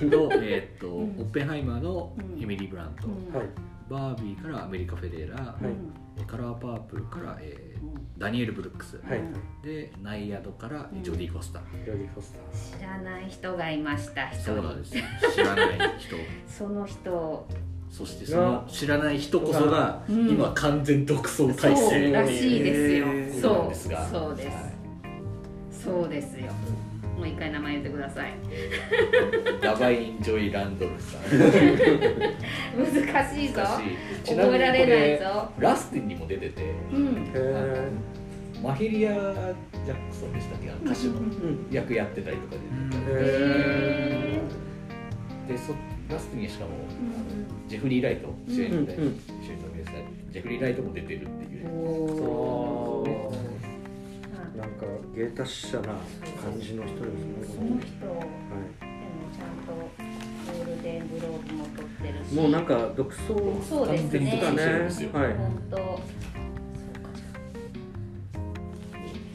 S3: えっと
S1: うん
S3: オッペンハイマーの
S1: うん
S3: エミリー・ブラント、
S1: うん
S2: はい
S3: バービーからアメリカ・フェデーラ
S1: う
S2: はい
S1: ん
S3: ーカラーパープルから、えー
S1: うん
S3: ダニエル・ブルックス、
S2: はい
S3: でナイアドからジョディ・コスタ、
S2: ジョディ・フォス
S1: 知らない人がいました一
S3: そうなん
S1: 人
S3: ですよ知らない 人
S1: その人
S3: そしてその知らない人こそが
S1: うん
S3: 今完全独走体
S1: そう
S3: 制
S1: らしいですよ、
S2: えー
S3: そうなん
S1: そ
S3: ですが
S1: うそうです、
S3: は
S1: そうですよもう一回名前言ってください
S3: いダバイン・ジョイ・ランドルフさん
S1: 難しいぞ
S3: 難しいちなみに
S1: 覚えられない
S3: こ
S1: ぞ
S3: れラスティンにも出てて
S1: うん
S2: タへ
S3: マヒリア・ジャクソンでしたっけあの歌手の
S2: えうん
S3: 役やってたりとか
S2: へ
S1: へ
S2: え
S3: ででそラスティンにしかも
S1: う
S3: ジェフリー・ライト主演みたいな
S2: うんうん
S3: 主演のですねジェフリー・ライトも出てるってい
S1: ん
S3: う
S1: お
S2: そ
S1: ー
S2: うなんか芸達者な感じの人です
S1: そ
S2: ね
S1: の人でもちゃんとゴールデングローブも取ってるし
S2: もうなんか独走
S1: そうです
S3: 完全に
S1: ね
S2: とかね
S3: そうですよ
S2: はい
S1: 本当そうかチ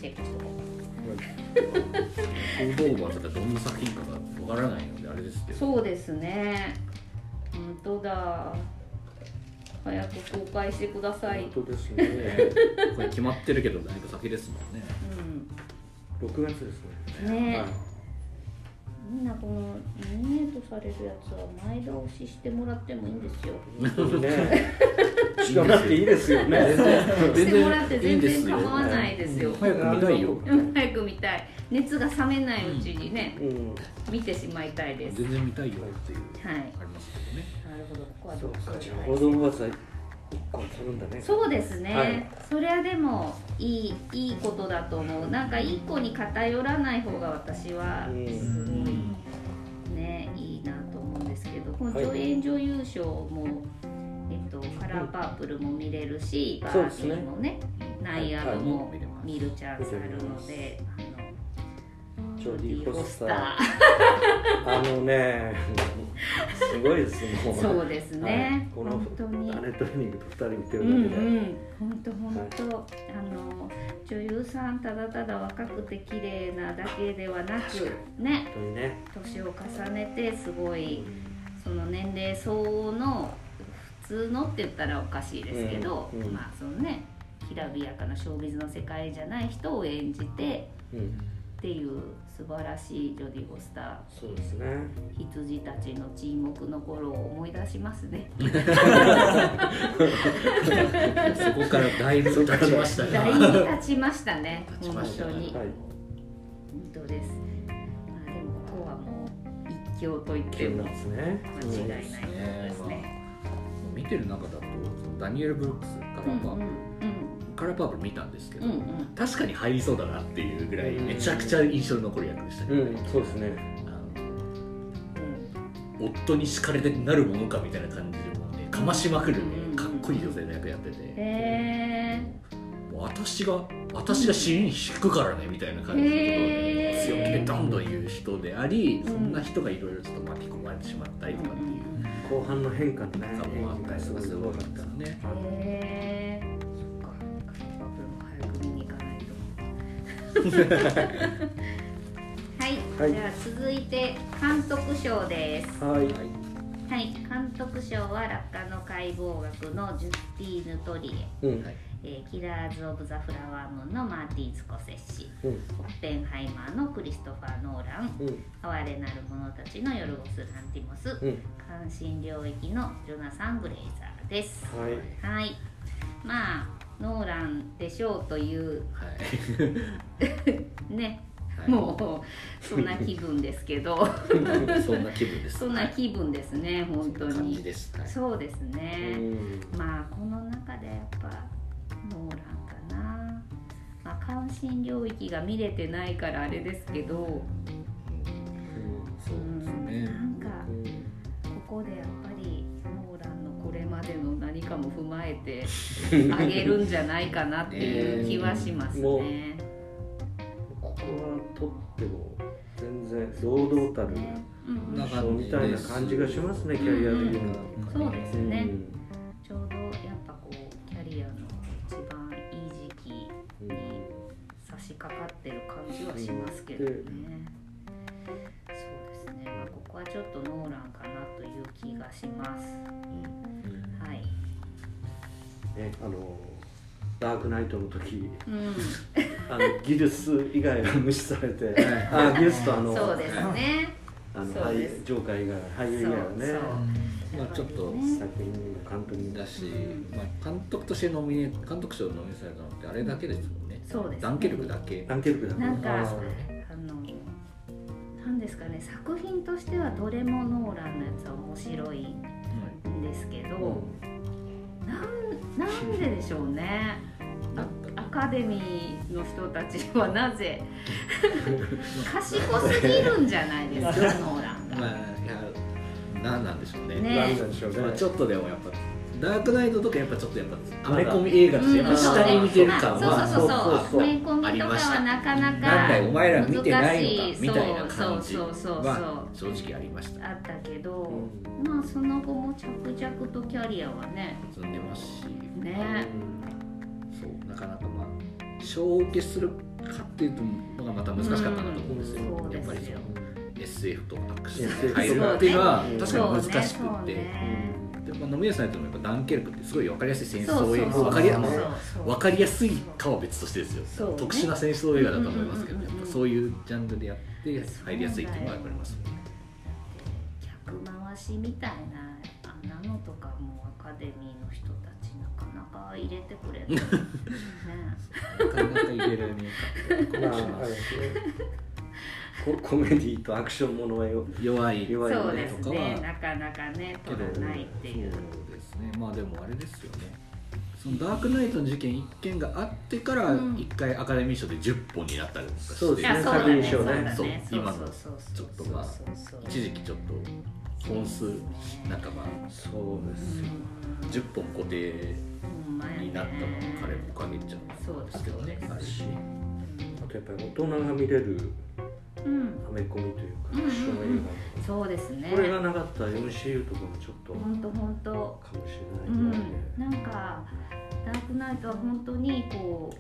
S1: ェックしとこ
S3: フードオーバーとかどんな作品かがわからないのであれですけ
S1: う
S3: ど
S1: そうですね本当だ早く公開してください、うん
S2: 本、当ですね
S3: これ決まってるけどだいぶ先ですもんね
S2: 6月です
S1: ね
S2: ねはい
S1: みんなこのノミネートされるやつは前倒ししてもらってもいいんですよ
S2: ね、しかもだって いいですよね。
S1: してもらって全
S3: いいん
S1: 然
S3: ですよ
S1: 構わないですよ
S3: 早く見たいよ
S1: うん早く見たい熱が冷めないうちにね、
S2: うん、
S1: 見てしまいたいです
S3: 全然見たいよっていう
S1: はい
S3: ありますけどね
S1: なるほどここは
S2: そ
S1: ど
S2: う
S1: う
S2: か、じゃあ、
S1: か
S2: 報道バーサイ、一個するんだ ね。
S1: そうですね、
S2: はい
S1: それはでもいいいいことだと思うなんか一個に偏らない方が私は
S2: うん
S1: すごいねいいなと思うんですけどこの上演女優賞も、えっと、カラーパープルも見れるし、バ
S2: そう
S1: ー
S2: で
S1: ビ
S2: すね
S1: ーもねナイアドも
S3: はいはい
S1: 見るチャンスあるので、あの
S2: ジョディ・フォスター。
S1: ー
S2: あのね、すごいですね。も
S1: そうですね、
S2: はいこの
S1: 本当に
S2: アネトレーニングと二人見て
S1: う
S2: る
S1: んう
S2: だけで。
S1: ん本当本当、あの女優さんただただ若くて綺麗なだけではなくね
S2: 本当にね。
S1: 年を重ねてすごいその年齢相応の普通のって言ったらおかしいですけど、
S2: うんうん
S1: まあそのねきらびやかなショービズの世界じゃない人を演じて
S2: うん、
S1: っていう素晴らしいジョディ・ゴスター
S2: そうですね。
S1: 羊たちの沈黙の頃を思い出しますね。
S3: そこからだいぶ経ちましたね。
S1: だいぶ経ちましたね
S3: 経ち
S1: 本
S3: ました
S1: 当
S3: ね
S1: に。
S2: は
S1: 本
S2: い。
S1: 当です。まあでもここはもう一強と言って
S2: そうな
S1: も
S2: んですね。
S1: 間違いないですね。
S3: 見てる中だとそのダニエル・ブルックスカラ
S1: うん
S3: ーパープル、
S1: うん
S3: カラーパープル見たんですけど、
S1: うんうん
S3: 確かに入りそうだなっていうぐらいめちゃくちゃ印象に残る役でしたけ
S2: う
S3: ど
S2: ん、
S3: ね、
S2: うんそうですね。
S3: あ
S1: うん
S3: の夫に好かれてなるものかみたいな感じでもうねかましまくるね
S1: うん
S3: かっこいい女性の役やってて、
S1: うん。へ
S3: もう私が私が尻に引くからねみたいな感じのところ
S1: へ
S3: で
S1: ー
S3: 強気でどんどん言う人であり、
S1: うん
S3: そんな人がいろいろちょっと巻き込まれてしまったり
S1: え。
S3: とかっていう、
S1: うん
S2: 後半の変化のね
S3: なんかもうあったりとかすごかったのね
S1: へえそっか僕も早く見に行かないとはい、
S2: はい
S1: じゃあ続いて監督賞です
S2: はい
S1: はい監督賞は落下の解剖学のジュスティーヌ・トリ
S2: うん
S3: はい
S1: エ、えーキラーズ・オブ・ザ・フラワームーンのマーティン・スコセッシ
S2: うん
S1: オッペンハイマーのクリストファー・ノーラン
S2: うん
S1: 哀れなる者たちのヨルゴス・ランティモス
S2: うん
S1: 関心領域のジョナサン・グレイザーです
S2: はい
S1: はいまあノーランでしょうという
S3: はい
S1: ね、
S3: はい
S1: もうそんな気分ですけ ど
S3: そんな気分です
S1: そんな気分ですね本当
S3: はいそんな感じ
S1: に
S3: ですはい
S1: そうです
S2: う
S1: ね、
S2: ん
S1: まあこの中でやっぱノーランかな、まあ、関心領域が見れてないからあれですけど
S3: そうですね
S1: うんなんかここでやっぱりノーランのこれまでの何かも踏まえ てあげるんじゃないかなっていう気はします
S2: もう
S1: ね。
S2: ここはとっても全然堂々たる
S1: うんうん
S3: なんか
S2: 賞みたいな感じがしますねキャリア的には
S1: そうです
S2: うん
S1: ね、ちょうどやっぱこうキャリアの一番いい時期に差し掛かってる感じはしますけどね、そうですね、まあ、ここはちょっとノーランかなという気がしますはい、
S2: ねあのダークナイトの時
S1: うん、
S2: あのギルス以外は無視されて
S3: は
S2: あギルスとあの
S1: そうですね
S2: あの
S1: そうです
S2: 俳ジョーカー以外俳優以外はね
S1: そう
S3: まあちょっと
S2: 作品にも監督にも
S3: だし、まあ、監督としてノミネ監督賞ノミネートされたのってあれだけですもんね
S1: そうです
S3: ダンケルクだけ
S2: ダンケルクだも
S1: なんか
S2: あ
S1: あのなんですかね作品としてはどれもノーランのやつは面白いんですけど、
S2: ー
S1: なんなんででしょうね
S3: なん
S1: アカデミーの人たちはな ぜ賢すぎるんじゃないですかノーランが。
S3: まあいやなんなんでしょうね
S1: ね
S2: なんなんでしょうね
S3: まあ、ちょっとでもやっぱダークナイトとかやっぱちょっとやっぱアメコミ映画としてやっぱ
S1: そう
S3: 下に見てる
S1: まあ
S3: 感
S1: そう
S3: は
S1: そうそうそう
S2: そうそうそう
S1: メイコミとかはなかな
S3: なんだよ
S1: か
S3: お前ら見てないの
S1: 難しい
S3: かみたいな感じ
S1: そうそうそうそう
S3: は正直ありました
S1: あったけ
S2: う
S1: ど、
S2: ん
S1: まあその後も着々とキャリアはね
S3: 積んでますし
S1: ね
S3: そうなかなかまあ賞受けするかっていうのがまた難しかったなと思うんですよ、
S1: うんそう
S3: やっぱり
S1: ですよ
S3: その SF とかアクション
S2: SF
S3: が入るっていうのは
S2: そうね
S3: 確かに難しく
S1: そう
S3: て、
S1: ね
S3: でまあ、ノミネートされたのもやっぱダンケルクってすごい分かりやすい戦
S1: そう
S3: 争映
S1: ね
S3: 画
S1: そうそう
S3: 分かりや
S1: そう
S3: まあ
S1: そう
S3: わかりやすいかは別としてですよ、
S1: そうね
S3: 特殊な戦争映画だと思いますけど、
S1: うんうんうんうん
S3: やっぱそういうジャンルでやって入りやすいっていうのはやっぱりありますよね
S1: 客回しみたいなあんなのとかもアカデミーの人たちなかなか入れてく れないね
S3: なかなか入れられなかったりと
S2: ま
S3: か
S2: あ
S3: し
S2: あ
S3: ま
S2: れ
S3: す
S2: ですねコ コメディとアクションものを
S3: 弱い
S2: 弱い
S1: そう
S2: ね
S1: ですねなかなかね取らないっていう
S3: そうですねまあでもあれですよねそのダークナイトの事件一件があってから
S1: うん
S3: 一回アカデミー賞で10本になったりとかして、
S2: そうです
S1: あ
S2: ね
S1: そうだね
S2: 作品
S1: そ
S2: 賞
S1: うだ
S2: ね
S1: ね
S3: そう
S1: そう
S3: 今の
S1: そうそう
S3: ち
S1: そ
S3: ょ
S1: う
S3: っとまあ
S1: そう
S3: 一時期ちょっと本数なんかまあ
S2: そうですよ
S1: う
S3: 10本固定
S1: んほんまやね
S3: になったのも彼のおかげっちゃうんですけどね
S1: そう
S3: あるし
S2: あとやっぱり大人が見れる
S1: うん
S2: アメコミというか
S1: うんうんうん
S2: アクション映
S1: そうですね
S2: 画これがなかったら MCU とかもちょっと
S1: 本当本当
S2: かもしれ
S1: う
S2: ない
S1: ん
S2: ぐらいで、
S1: なんかダークナイトは本当にこ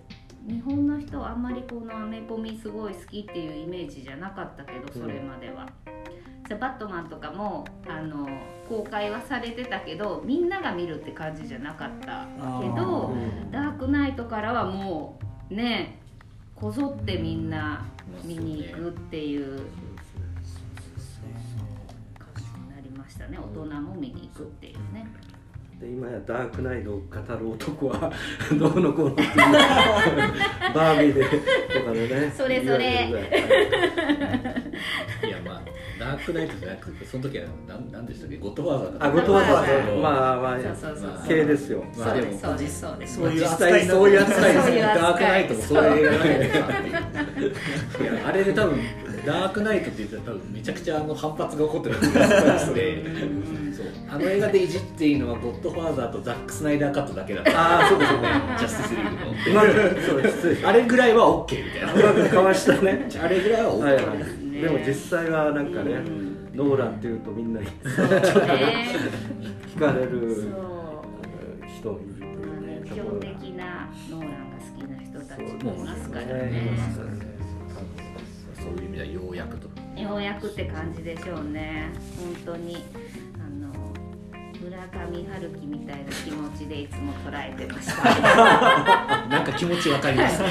S1: う日本の人はあんまりこのアメコミすごい好きっていうイメージじゃなかったけどそれまでは。じゃバットマンとかもあの公開はされてたけどみんなが見るって感じじゃなかったけど
S2: うん
S1: ダークナイトからはもうねこぞってみんな見に行くっていう感じになりましたね大人も見に行くっていうね。
S2: で今やダークナイトを語る男は どうのこうのっていう バービーでとかでね
S1: それそれ
S2: 言わるぐらい
S3: いやまあダークナイトじゃなくてその時は何なんでしたっけゴッドファーザーか
S2: あゴッドファーザー
S3: そう
S2: ねまあまあ
S1: そうそうそうそう
S2: 系ですよ
S3: まあでも
S1: そうですそうです
S4: そういう
S3: 実
S4: 扱い
S3: 際
S4: になる
S3: そういう扱いです
S1: そうい
S3: ね
S1: う扱い
S3: ダークナイトもそういう映画なんですかっていういやあれで多分ダークナイトって言ったら多分めちゃくちゃあの反発が起こってるんですでそうあの映画でいじっていいのはゴッドファーザーとザック・スナイダーカットだけだった
S2: ああそうですよね
S3: ジャスティスリーグの
S2: うまくそうです
S3: あれぐらいは OK みたいう
S2: まくかわしたね
S3: なあれぐらいは OK
S2: はい
S3: みたい
S2: は
S3: ない
S2: でも実際はなんかね
S1: うん
S2: ノーランっていうとみんなに
S1: ね
S2: 聞かれ
S1: そ
S2: る
S1: う
S2: 人いるというね
S1: 熱
S2: とこ
S1: 狂
S2: ろ
S1: 的
S2: が
S1: なノーランが好きな人たち
S2: そう
S1: もいますから
S2: い
S1: ね
S2: ますから
S3: そういう意味ではようやくと
S1: ようやくって感じでしょうね本当にあの村上春樹みたいな気持ちでいつも捉えてま した
S3: なんか気持ちわかります
S2: ね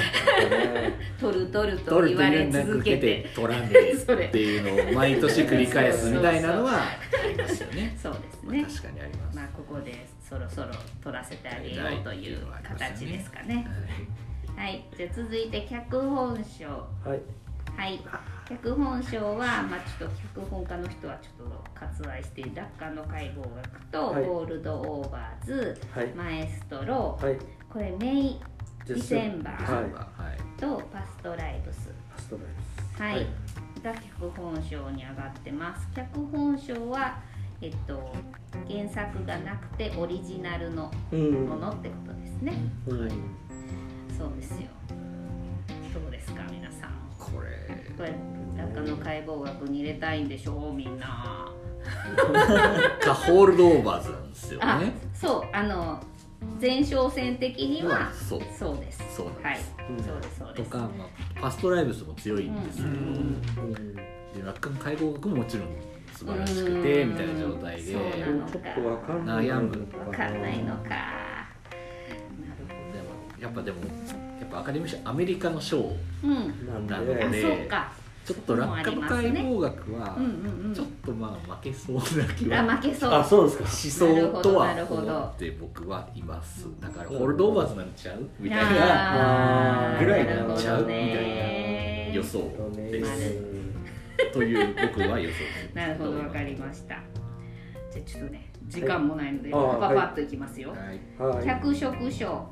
S1: 「取る取る」と
S3: 取
S1: 言わ
S3: ると連
S1: れ
S3: 絡
S1: 続
S3: 受け
S1: けて
S3: て取らんで
S1: それ
S3: っていうのを毎年繰り返すみたいなのはありますよね
S1: そうです
S3: まあ
S1: ね
S3: 確かにあります
S1: まあここでそろそろ取らせてあげようという形ですかねはいじゃあ続いて脚本賞
S2: はい
S1: はい、脚本賞は、まあ、ちょっと脚本家の人はちょっと割愛して落下の解剖学と、
S2: はい
S1: ゴールドオーバーズ
S2: はい
S1: マエストロ
S2: はい
S1: これメイデ
S2: じゃあ
S1: ィセンバー
S2: はい
S3: はい
S1: とパストライブス
S2: パストライ
S1: はい、
S2: はい
S1: が脚本賞に上がってます脚本賞はえっと原作がなくてオリジナルの
S2: ブうん
S1: ものってことですね
S2: うん
S1: そうですよどうですか皆さん
S3: これ
S1: これ中の解剖学に入れたいんでしょうみんな、
S3: かホールドオーバーズなんですよ
S1: あ
S3: ね
S1: そうあの前哨戦的には、
S3: うんそう
S1: そうです
S3: そうなんです
S1: はい、
S2: うん
S1: そうですそう
S3: と
S1: です
S3: か、まあ、ファストライブスも強いんですけど、
S2: うん
S3: で楽観解剖学ももちろん素晴らしくて
S1: うん
S3: みたいな状態で
S1: そうなの
S2: ちょっとわかんない
S3: 悩む
S1: わかんないのか
S3: でもやっぱでもやっぱアカデミー賞アメリカの賞
S1: うん
S2: なん
S3: な
S2: で
S3: の
S1: あ
S3: で
S1: そうか
S3: ちょっと落下の解剖学は
S1: うんうん
S3: ちょっとまあ負けそうな気
S1: うんあ
S3: は
S1: 負けそう
S2: あそうですか
S3: しそうとは
S1: なるほどなるほど
S3: 思って僕はいますだからホールドオーバーズなんちゃうみたいな
S1: あー
S3: ぐらい
S1: な
S3: に
S1: る
S3: な
S1: ほ
S3: っちゃ
S1: ど
S3: うみたい
S1: ね
S3: な予想で
S1: な
S3: す
S1: る
S3: という僕は予想です
S1: なるほどわかりましたじゃあちょっとね時間もないので
S2: あ
S1: パ
S2: ー
S1: パパ
S2: はい
S1: ッといきますよ、
S3: はい
S2: はい
S1: 脚色賞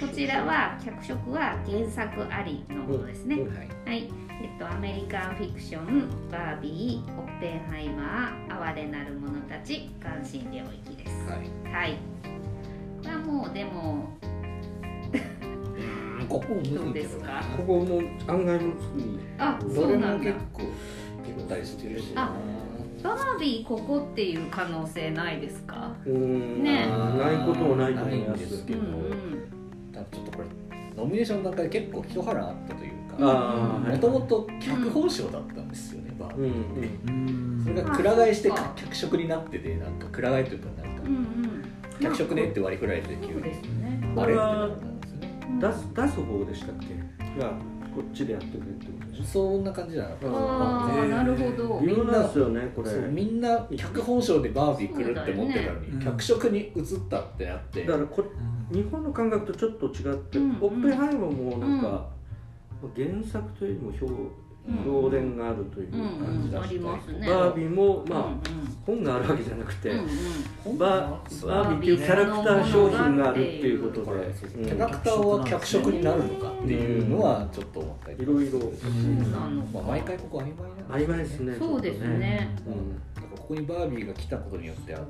S1: こちらは脚色は原作ありのものですね、
S2: うん
S3: はい
S1: はいえっと、アメリカンフィクション「バービー」「オッペンハイマー」「哀れなる者たち」「関心領域」です
S3: はい
S1: はいこれはもうでも
S3: うんここむずい
S1: どう
S3: け
S1: で
S3: ど
S1: す
S3: な
S1: か
S2: ここも案外むずい
S1: あそ
S3: ど
S1: う
S3: れ
S1: なん
S3: も
S1: だ
S3: 結構停滞してるし
S1: あバービーここっていう可能性ないですか
S2: うーん
S1: ねえ
S2: ないこともないと思い
S3: ないん
S2: ま
S3: です
S2: す
S1: う
S3: け
S1: ん
S3: ど、
S1: うん
S3: ただちょっとこれノミネーションの中で結構一波乱あったという
S2: あ
S3: か
S2: あーは
S3: も
S2: い
S3: ともと脚本賞だったんですよね、バー
S2: う
S3: ビ
S2: んう
S3: ー
S2: ん
S4: うん
S3: それがくら替えして
S1: あそっか
S3: 脚色になっててなんかくら替えというかなんか
S1: うんうん
S3: 脚色ねって割り振られて急
S1: そう
S3: に
S1: ですね
S3: あれってなったんですよね
S1: うん
S2: 出す出す方でしたっけがこっちでやってくれってことでし
S3: そんな感じじゃなかった
S1: ああなるほど
S2: ょ微妙なんですよねこれ
S3: そうみんな脚本賞でバービー来るって思ってたの
S4: そうだよ
S3: に
S4: ね
S3: 脚色に移ったってなって
S2: だからこ日本の感覚とちょっと違って、
S1: うんうん
S2: オッペンハイマーもなんか、原作というよりも表
S1: うん
S2: 表現があるという
S1: う
S2: か、
S1: んうんありますね
S2: バービーもまあ、
S1: うんうん
S2: 本があるわけじゃなくて、
S1: うんうん
S2: バーバービーっていうキャラクター商品があるっていうことで、
S3: キャ
S2: うん
S3: ラクターは脚色になるのかっていうのはちょっと思った
S2: い
S3: り、
S2: ろいろ
S1: そうなの
S3: まあ、
S1: か
S3: 毎回ここ曖昧な
S2: 曖
S3: ん
S2: 昧ですね
S1: そうですね
S2: ちょっとうん
S3: だからここにバービーが来たことによってあの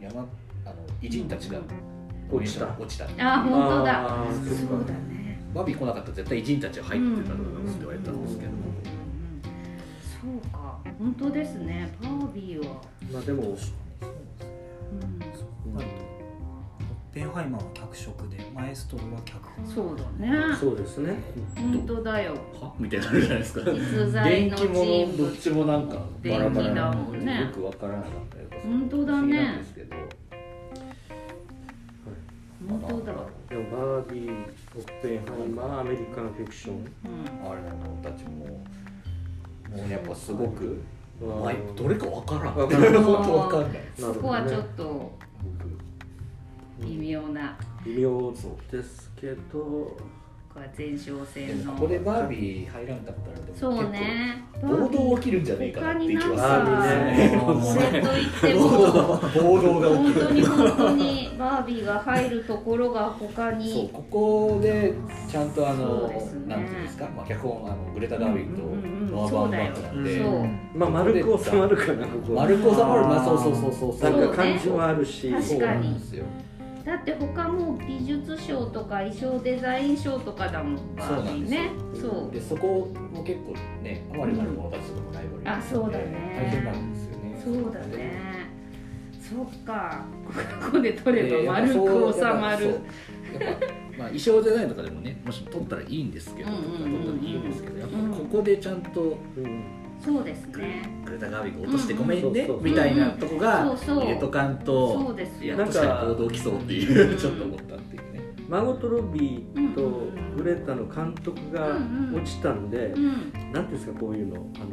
S3: 山あの偉人たちが
S2: 落ちた
S3: 落ちた
S1: あ本当だ
S2: あーそっ
S1: そう
S2: か
S1: だね
S3: バービー来なかったら絶対偉人たちは入ってたと思いますって言われたんですけど、
S1: うんそうか本当ですねバービーは、
S2: まあでも、
S1: うん、
S4: ベンハイマーは脚色でマエストロは脚本
S1: そうだね
S2: そうですね
S1: 本当だよ
S3: はみたいになるじゃないですか
S1: 実在
S3: 電
S1: の
S3: 気
S1: 人
S3: もどっ
S1: 物
S3: ちもなんかバラバラな
S1: 電気だもんね
S3: よくわからなかったりとか
S1: 本当だね
S3: 不思議なんですけど
S1: 本当だ
S3: まあ
S2: でもバービーオッペンハイマーアメリカンフィクション
S1: うん
S3: あれなのたちももうやっぱすごく
S2: は
S3: まあどれかわからん
S2: わからん
S3: 本当わかんない
S1: そこはちょっと
S2: うん
S1: 微妙な
S2: 微妙ですけど
S1: これは前哨
S3: で
S1: 戦
S3: も
S1: の
S3: ここでバービー入らんかったらでも
S1: そうね
S3: 結構暴動起きるんじゃねえかなって気
S1: 他に
S3: は
S1: なん
S2: か
S1: これといって
S3: する
S1: も
S3: 暴動暴動が
S1: 本
S3: 起き
S1: 当
S3: る
S1: に本当にバービーが入るところが他
S3: そう
S1: に
S3: ここでちゃんとあ
S1: そ
S3: の
S1: うですね
S3: なんていうんですか、まあ、脚本あのグレタ・ガーウィ
S1: う
S3: ン
S1: んうんうん
S3: とノア・バーンバークなん
S1: そう
S3: で、
S1: だよ
S2: まあ丸く収まるかなここは
S3: 丸く収まるまあそうそうそうそう
S2: な
S3: そ
S2: ん
S3: う
S2: か感じもある
S1: 確
S2: し
S1: かに
S3: そうなんですよ
S1: だって他も美術賞とか衣装デザイン賞とかだもん
S2: そうなん
S1: ね
S3: です
S1: そ
S3: よ
S1: う
S5: でそこも結構ね我々の私とかもライバル
S1: あそうだね
S5: 大変なんですよね
S1: そうだねそっかここで取れば丸
S3: そう
S1: く収まる、
S3: やっぱまあ、衣装デザインとかでもねもし取ったらいいんですけど、
S1: うんうんうんうん
S3: 取ったらいいんですけどやっぱここでちゃんと
S2: うん
S1: そうですね
S3: グレタ・ガービーが落としてごめ
S2: うんんう
S3: ね
S2: んそうそう
S3: みたいなとこ
S1: そ
S3: が
S1: うそう
S3: 入れとかん
S1: そ
S3: と
S1: うです
S3: いや
S1: よ
S2: なん
S3: 確
S2: か
S3: かに行動きそうっていううん ちょっと思ったっていうね
S2: 孫とロビー
S1: う
S2: と
S1: んうん
S2: グレタの監督が
S1: うんうん
S2: 落ちたんで
S1: う、ん
S2: なんていうんですかこういうのあの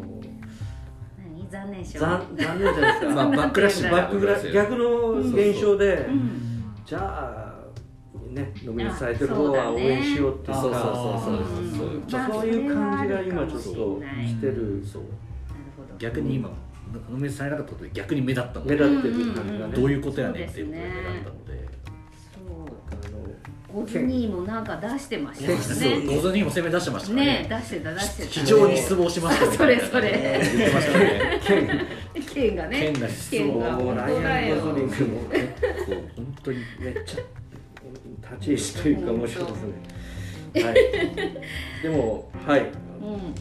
S1: 何残念賞
S2: 残残念じゃないです
S3: まあ
S2: か
S3: バックラッシュ
S2: バックグラス逆の現象で、
S1: うん
S2: じゃあねノミネートされてる方は応援しようっていうか
S3: そうだねあそうそうそうそう
S1: うん
S2: まあそういう感じが今ちょっとしてる
S3: そう
S1: 逆
S3: 逆に今ノミネートされなかったことで逆に目立ったの
S2: 目
S3: で
S2: 立ってる感じがね、
S3: どういうことやねんっていうことで目立ったので
S1: そうゴズニーもなんか出してましたよ
S3: そう
S1: ね
S3: 銅像にも攻め出してましたから
S1: ね出してた出してた
S3: 非常に失望しましたみたいな
S1: それそれ
S3: 言ってましたね
S1: 剣がね
S3: 剣が失望
S1: 剣が
S2: もう
S1: 本
S2: ラ
S1: 当だ
S2: イアン・
S1: よ
S2: ゴズリングも
S3: 結構本当に
S2: めっちゃ立ち位置というか面白いですねはいでもはい、
S1: うん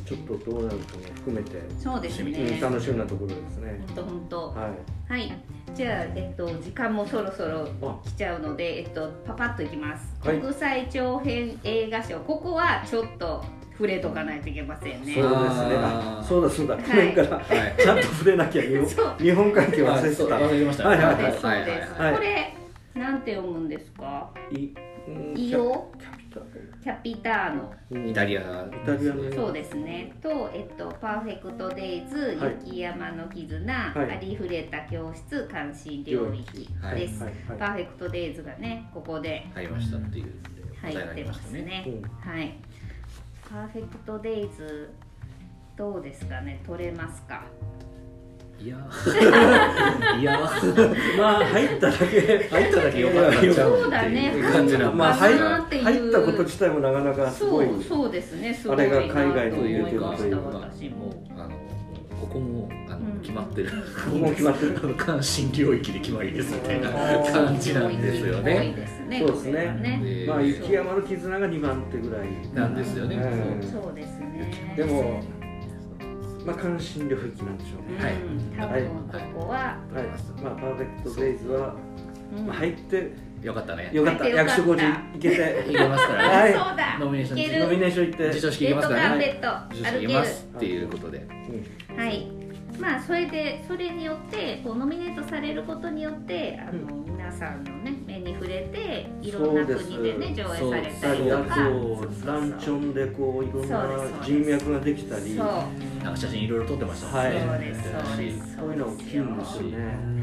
S2: ちょっとどうなるかも含めて、
S1: そうです
S2: うん
S1: ね
S2: 楽しみなところですね、
S1: 本当本当
S2: はい
S1: はいじゃあえっと時間もそろそろ
S2: あ
S1: 来ちゃうので、えっと、パパッといきます、
S2: はい
S1: 国際長編映画賞ここはちょっと触れとかないといけませんね
S2: そうですねあ
S3: あー
S2: そうだそうだ
S1: い
S2: 去年から、
S3: はい
S2: ちゃんと触れなきゃ日本
S1: そう
S2: 日本関係忘れて
S3: そう
S2: た
S3: 忘れてました
S2: はい
S1: そ
S2: は
S1: う
S2: いは
S1: で
S2: い
S1: すそうです、
S2: はいはい
S1: これなんて読むんですか
S2: いうん
S1: イオ
S2: キャピタル
S1: キャピターノ
S2: うん
S3: イタリア
S2: イタリアの映画
S1: そうですねと、えっと「パーフェクト・デイズ」
S2: はい
S1: 雪山の絆」
S2: はい
S1: ありふれた教室」「関心領域」
S3: はい
S1: です、
S2: はいはい
S1: パーフェクト・デイズがねここで
S3: 入りましたっていう
S1: 入ってますね
S2: うん
S1: はいパーフェクトデイズどうですかね取れますか
S3: いやーいやー
S2: まあ入っただけ
S3: 入っただけよかったんちゃ
S1: そうだね
S3: っていう感じなん
S2: まあ入っ
S1: かなっていう
S2: 入ったこと自体もなかなかす
S1: そ
S2: ごいう
S1: そうですねすごい
S2: あれが海外
S1: な
S2: の
S1: と
S3: とい
S1: 思いうま
S3: か
S1: した
S3: まあ
S1: 私も
S3: あのここもあの、
S1: うん
S3: 決まってる
S2: ここも決まってる
S3: あの関心領域で決まりですみたいな
S2: あー
S3: 感じなんですよ
S1: 多い
S3: ね
S1: ですね
S2: そうですね
S1: これは
S3: で
S2: まあ雪山の絆が2番手ぐらい
S3: なんですよね、
S2: うん
S1: そうですね
S2: でもまあ関心領域なんでしょう
S1: うん
S2: ね
S3: はい
S1: 多分ここは
S2: はいまあパーフェクトデイズは
S1: うん
S2: まあ入って
S3: よかったね
S2: よかった
S1: 入ってよかっ
S2: 役
S1: た
S2: 所広司行け
S3: い
S2: て
S3: けますからね
S2: はい
S1: そうだ
S3: ノミネーション
S1: いけ
S3: ノ
S2: ノミ
S1: る
S2: ネーション行って
S3: 授賞式い
S1: レ
S3: け
S1: ッド
S3: ます
S1: カ
S3: から
S1: ー
S3: ね
S1: ペット
S3: 授賞
S1: 歩
S3: 式
S1: け
S3: いけ
S1: る
S3: ますっていうことで
S2: うん
S1: はい、まあそれでそれによってこうノミネートされることによってあの、皆さんのね目に触れていろんな国でね上映
S3: そう
S1: され
S3: で
S2: し
S1: た
S2: た
S1: り
S2: り
S1: と
S2: あ
S1: か
S2: とランチョンでこうい
S1: そ
S2: ろん
S1: うで
S2: な
S1: す
S2: 人脈ができたり
S1: そう
S3: なんか写真いろいろ撮ってましたもんね、
S2: はい
S1: そうですそうです
S2: そういうの大きいんですよね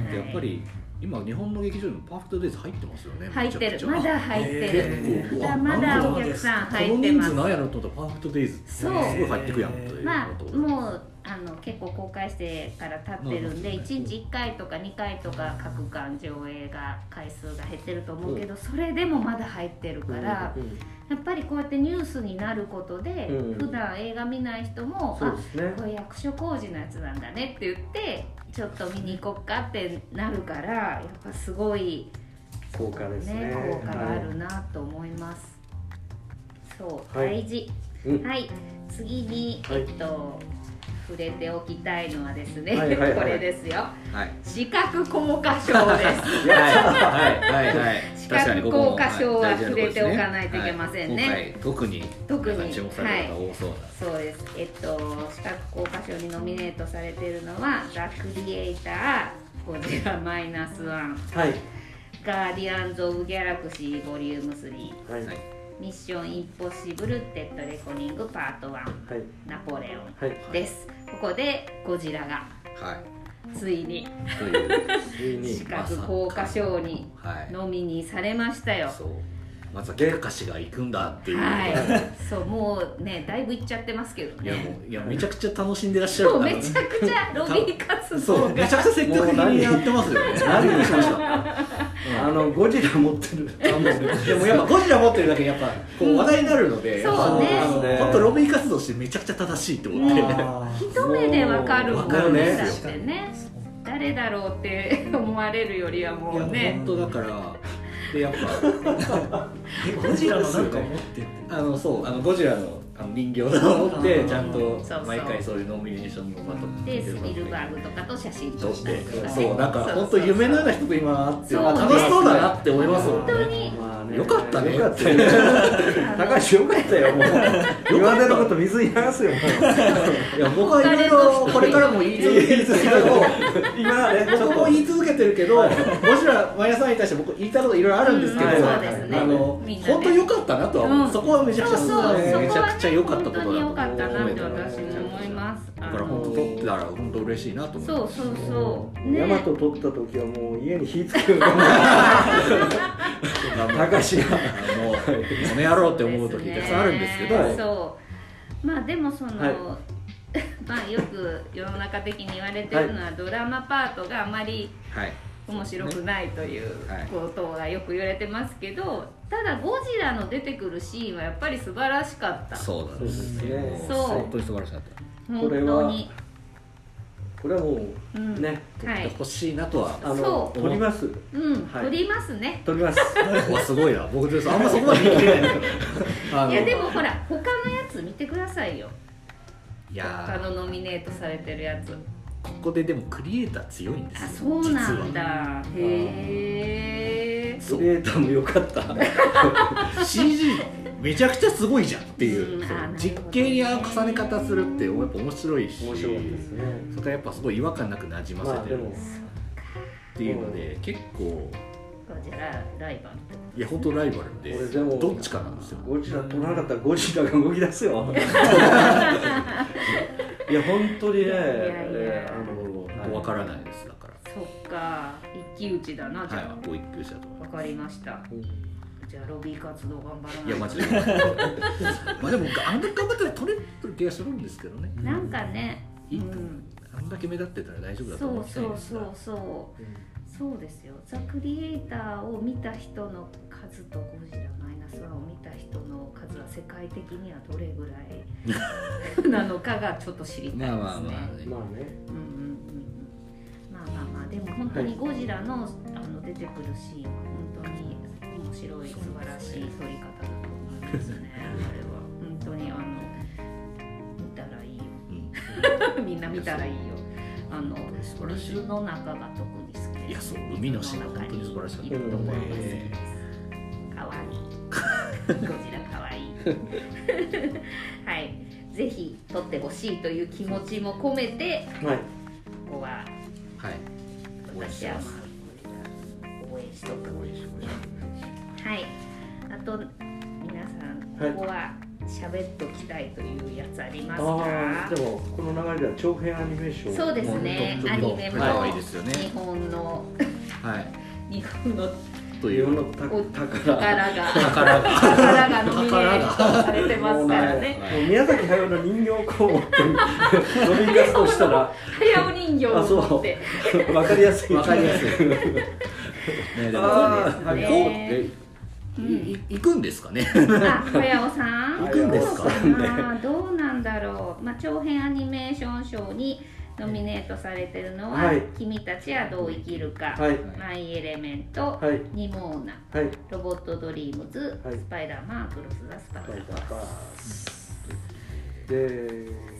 S1: はい
S3: やっぱり今日本の劇場にもパーフェクトデイズ入ってますよね
S1: 入って
S3: めち
S1: る
S3: ゃくち
S1: ま
S3: ゃ
S1: だ入ってる、
S3: 結構う
S1: ま
S3: わ
S1: だまだお客さん入って
S3: この人
S1: ま
S3: 数
S1: す
S3: なんやろと思ったらパーフェクトデイズってす
S1: そ
S3: ご
S1: う
S3: い入ってくやんという
S1: ま
S3: こと
S1: あもうあの結構公開してから経ってるんで1日1回とか2回とか各館上映が回数が減ってると思うけどそれでもまだ入ってるから
S2: うんうん
S1: やっぱりこうやってニュースになることで、
S2: うん
S1: 普段映画見ない人も「
S2: そうですね
S1: あこれ役所工事のやつなんだね」って言ってちょっと見に行こっかってなるからやっぱすごい
S2: 効果ですね
S1: 効果があるなと思います、そう
S2: はい
S1: 大事
S2: うん
S1: はい、次に、
S2: はい
S1: えっと触れておきたいのはですね、
S2: はいは いはい
S1: これですよ
S3: はい
S1: 視覚効果賞です
S3: はいはいはい はい
S1: 視覚
S3: 確かにここも
S1: 効果賞は触れておかないといけませんね
S3: はい今回特に
S1: 特に
S3: 皆さん注目される方が多そう な
S1: そうです。えっと、視覚効果賞にノミネートされているのは、ザ・クリエイター、ゴジラマイナスワン、
S2: はい
S1: ガーディアンズ・オブ・ギャラクシー、ボリューム3、
S2: はい
S3: は
S2: はいい
S1: ミッション・インポッシブル・デッド・レコニング・パート1、ナポレオン
S2: はい
S1: です。ここで、ゴジラが、
S3: はい
S1: ついに、
S3: という
S2: ついに
S1: 視覚効果賞に、
S3: はい
S1: ノミにされましたよ。
S3: そうまさかかしが行くんだっていう
S1: はい。そう、もうね、だいぶいっちゃってますけど
S3: いや
S1: ね。
S3: もういやめちゃくちゃ楽しんでらっしゃる
S1: そう、
S3: んだ
S1: めちゃくちゃロビー活動
S3: そう
S1: が
S3: めちゃくちゃ積極的にやってますよね何をしました
S2: あのゴジラ持ってる
S3: でもやっぱゴジラ持ってるだけやっぱこう話題になるので、
S1: そうね
S3: 本当ロビー活動してめちゃくちゃ正しいって思って、
S1: 一目でわかるもん
S3: わかるね
S1: だってね誰だろうって思われるよりはもう
S3: いや
S1: ね
S3: 本当だからでやっぱ
S4: えゴジラのなんか持ってって
S3: あのそうあのゴジラのあの人形を持ってちゃんと
S1: そうそう
S3: 毎回そういうノミネーションの場と
S1: でスピルバーグとかと写真撮
S3: と
S1: っ
S3: してて
S1: とかね
S3: そうなんか
S1: そう
S3: 本当夢のような人と今会って
S1: そう
S3: あ楽しそうだなって思いますもん
S1: 本当
S3: ね
S1: に
S2: まあ
S3: よかったね
S2: よかったよ
S3: 高橋よかったよもう
S2: 今までのこと水に流すよもう
S3: いや僕はいろいろこれからも言い続 けるけど
S2: 今ねちょっ
S3: 僕も
S2: と
S3: 言い続けてるけど、ゴジラマヤさんに対して僕言いたいこといろいろあるんですけど、
S2: うん
S1: そうですね
S3: あの
S1: みんなね
S3: 本当良かったなとは思う、
S1: うん
S3: そこはめちゃくちゃ
S1: そうそうそこはね
S3: めちゃくちゃ良かったことだと
S1: 本当に
S3: 思
S1: 良
S3: う。
S1: かったなって
S3: だ
S1: 私も思いますあ
S3: から本当撮ってたら本当嬉しいなと思
S1: そうそうそう
S2: ヤマ
S1: ね
S2: ト取った時はもう家に火つける高橋が
S3: あのもうこの野郎って思う時たくさんあるんですけど、
S1: ねそうまあでもその、
S2: はい
S1: まあよく世の中的に言われてるのは、ドラマパートがあまり
S3: はい、
S1: 面白くないという
S3: はい
S1: ことがよく言われてますけどただゴジラの出てくるシーンはやっぱり素晴らしかった
S3: そうなんですよ。
S2: そうで
S1: ね
S2: す
S1: そう
S3: 本当に素晴らしかった。
S1: 本
S2: これは
S1: 当に、
S2: これはも
S1: う、
S2: うんね
S1: はい
S3: 欲しいなとは。
S2: あの
S1: そう
S2: 取ります
S1: うん、
S2: はい
S1: 撮りますね
S2: 取ります
S3: わすごいな。僕です。あんまそこまで言ってないんだけど。あ
S1: い
S3: の
S1: やでもほら他のやつ見てくださいよ
S3: い
S1: 他
S3: や
S1: のノミネートされてるやつ
S3: ーここででもクリエイター強いんですよ
S1: あ。そうなん
S3: 実は。
S1: だへえ
S3: そう
S2: クリエイターもよかった
S3: CG めちゃくちゃすごいじゃんっていう、
S1: うんあ
S3: そう
S1: なるほどね
S3: 実験や重ね方するってやっぱ面白いし
S2: 面白かったですね
S3: それからやっぱすごい違和感なくなじませ
S2: まあ
S3: て
S2: で
S3: る
S2: も
S3: っていうので、結構
S1: ゴジラライバル
S3: いや本当ライバルで
S2: 俺でも
S3: どっちかなんですよ
S2: ゴジラ取らなかったらゴジラが動き出す よいや本当にね
S1: いやいや
S2: えーあの
S3: わからないですだから
S1: そっか一騎打ちだなじゃあ、
S3: はいご一級者と
S1: わかりましたじゃあロビー活動頑張らないと
S3: いやマジで まあでもあんだけ頑張ったら取れる気がするんですけどね
S1: なんかね、う、
S3: いいと思うんあんだけ目立ってたら大丈夫だと
S1: そ
S3: 思
S1: う
S3: きた
S1: そ
S3: いん
S1: う
S3: です
S1: そ
S3: が
S1: うそうそうですよザ・クリエイターを見た人の数とゴジラマイナスワンを見た人の数は世界的にはどれぐら いなのかがちょっと知りたいですね、
S3: まあまあまあ
S2: う
S3: ね、
S2: んまあね
S1: うんうんうんうんまあまあまあでも本当にゴジラの,、あの出てくるシーンは本当に面白い素晴らしい撮り方だと思いますねあれは本当にあの見たらいいよ
S3: うん
S1: みんな見たらいいよあの
S3: 素晴らしい
S1: 水の中が特に好きで
S3: いやそう海のシーンが本当に素晴らしかった
S1: いると思います、
S3: ね
S1: かわいい ゴジラかわいいはい ぜひ撮ってほしいという気持ちも込めて
S2: はい
S1: ここは
S3: はい
S1: 私はまあ応援しとくはいあと皆さ
S2: はい
S1: んここは喋っときたいというやつありますか、
S2: ああでもこの流れでは長編アニメーション
S1: そうですね
S3: もう
S1: アニメも
S3: 可愛いですよね
S1: 日本 の
S3: はい
S1: 日本の
S3: と
S2: 日
S3: いう
S2: 本の
S1: お
S2: 宝
S1: 宝が
S3: 宝が
S1: 宝がノミネートされてますからね
S2: もう宮崎駿の人形をこう持ってる 飲み出すとした ら
S1: 早お人形を持って
S2: わかりやすい
S3: わかりやすい。ね、でも
S2: あ
S1: ーはい
S3: こうえ
S1: うん
S3: いい行くんですかね。
S1: あ、早尾さん
S3: 行くんですか
S1: あーどうなんだろう、まあ、長編アニメーション賞にノミネートされてるのは「
S2: はい
S1: 君たちはどう生きるか」
S2: はい
S1: マイ・エレメント」
S2: はい
S1: ニモーナ」
S2: はい
S1: 「ロボット・ドリームズ」
S2: はい
S1: スパイダーマン」「クロス・ザ・スパイダ
S2: はい
S1: ーマン」
S2: で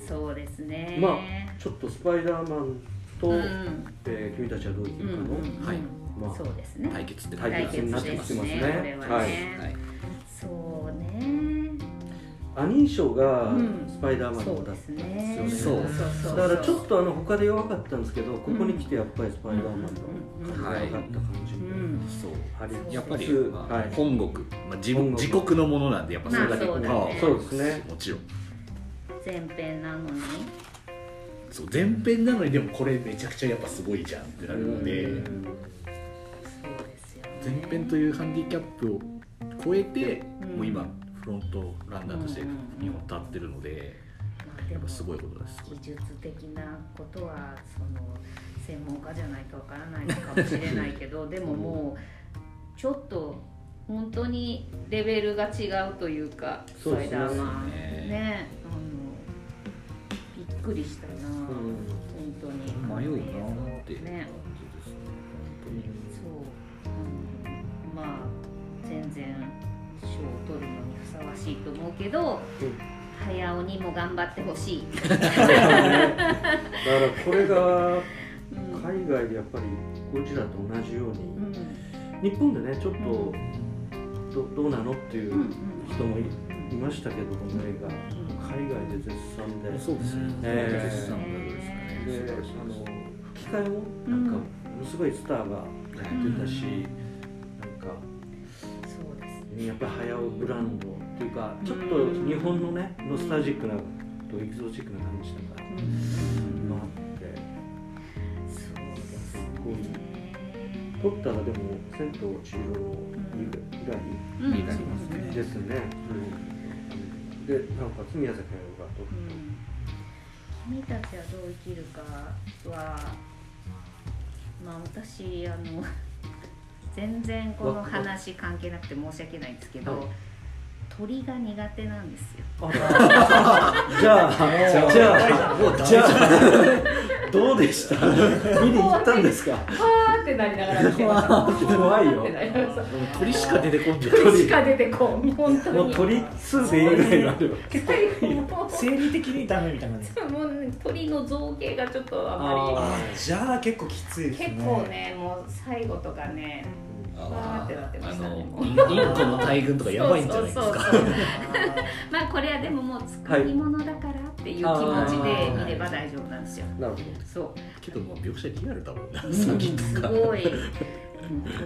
S1: そうですね
S2: まあちょっとスパイダーマンと、
S1: うん
S2: えー君たちはどう生き
S1: うん
S2: る
S1: う
S2: かの、
S1: ん、
S3: はい
S2: まあ
S1: そうですね、
S3: 対決って
S2: 対決になってますね
S1: 対決これはね、
S3: はい。
S1: そうね
S2: アニー賞が
S1: うん
S2: スパイダーマン
S1: そ
S2: の
S1: う
S2: 方だ
S1: で
S2: っ
S1: す
S2: たん
S1: ね
S2: ですよね、
S3: そう
S1: そうそう
S2: だからちょっとあの他で弱かったんですけどここに来てやっぱりスパイダーマンの感じが上がった感じ
S1: う
S2: も
S1: ん
S3: そう。
S2: ありつつ
S3: やっぱり、まあ
S2: はい
S3: 本国、まあ、自
S2: 本国
S3: 自国のものなんでやっぱそれだけ
S1: まあそうだね
S3: パワー
S2: そ
S3: は
S2: うですね
S3: もちろん
S1: 前編なのに
S3: そう前編なのにでもこれめちゃくちゃやっぱすごいじゃんってなるので
S2: うん
S1: そうですよ、ね、
S3: 前編というハンディキャップを超えて、
S1: うん
S3: もう今フロントランナーとして
S1: うん
S3: 日本立ってるので
S1: まあで
S3: やっ
S1: も
S3: ぱすごいことです。
S1: 技術的なことはその専門家じゃないとわからないのかもしれないけどでももうちょっと本当にレベルが違うというか
S2: そう
S1: スパ
S2: で
S1: イ
S2: すね
S1: ダーマン
S3: ね
S1: ねあのびっくりしたな、本当に
S3: 迷うなーって
S1: ね
S3: 感じですね。
S1: そう、うんまあ然賞を取るのにふさわしいと思うけど、早尾にも頑張ってほしい、
S2: だからこれ
S1: う
S2: が
S1: ん
S2: 海外でやっぱりゴジラと同じよう
S1: う
S2: に
S1: ん
S2: 日本でねちょっと
S1: う
S2: どどうなのっていう
S1: うんうん
S2: 人もいいましたけどこの映画海外で絶賛で
S3: そうですね。
S2: え
S3: 絶賛のようです
S2: で
S3: ね
S2: あの吹き替えもなんかものすごいスターがやってたし、なんか
S1: そうです
S2: やっぱり早尾ブランドっていうかちょっと日本のねノスタルジックなとエキゾチックな感じと
S1: う
S2: か
S1: ん
S2: もあって
S1: そうですね
S2: こういう撮ったらでも「千と千尋」以外
S1: うん
S3: になりますね
S2: ですね、でなおかつ宮崎駿が撮
S1: う
S2: っ
S1: ん君たちはどう生きるかはまあ私あの 全然この話関係なくて申し訳ないんですけど、
S2: はい
S1: 鳥が苦手なんですよ
S2: たじゃあ
S3: じゃあ、じゃあ、もう、じゃあ、
S2: どうでした見に行ったんですか
S1: はーってなりながら見てました
S2: 怖いよ
S1: はーってなりながら
S3: 鳥しか出てこんじゃん。
S1: 鳥しか出てこん本当に
S2: もう 鳥2でいいぐらいになるよ
S1: も
S4: 生理的にダメみたいなね
S1: うもうね鳥の造形がちょっとあま
S2: あ
S4: じゃあ結構きつい
S1: り
S4: ですね
S1: 結構ねもう最後とかねわーってなってま
S3: あ
S1: したね
S3: の、インインコの大群とかやばいんじゃないです
S1: そう
S3: か。
S1: そうそう
S4: あ
S1: まあこれはでももう作り物だからっていう気持ちで見れば大丈夫なんですよ。
S2: なるほ
S1: そう。
S3: けど、もう描写リアルだもんな。
S1: す
S3: 先とか。
S1: ごい。もう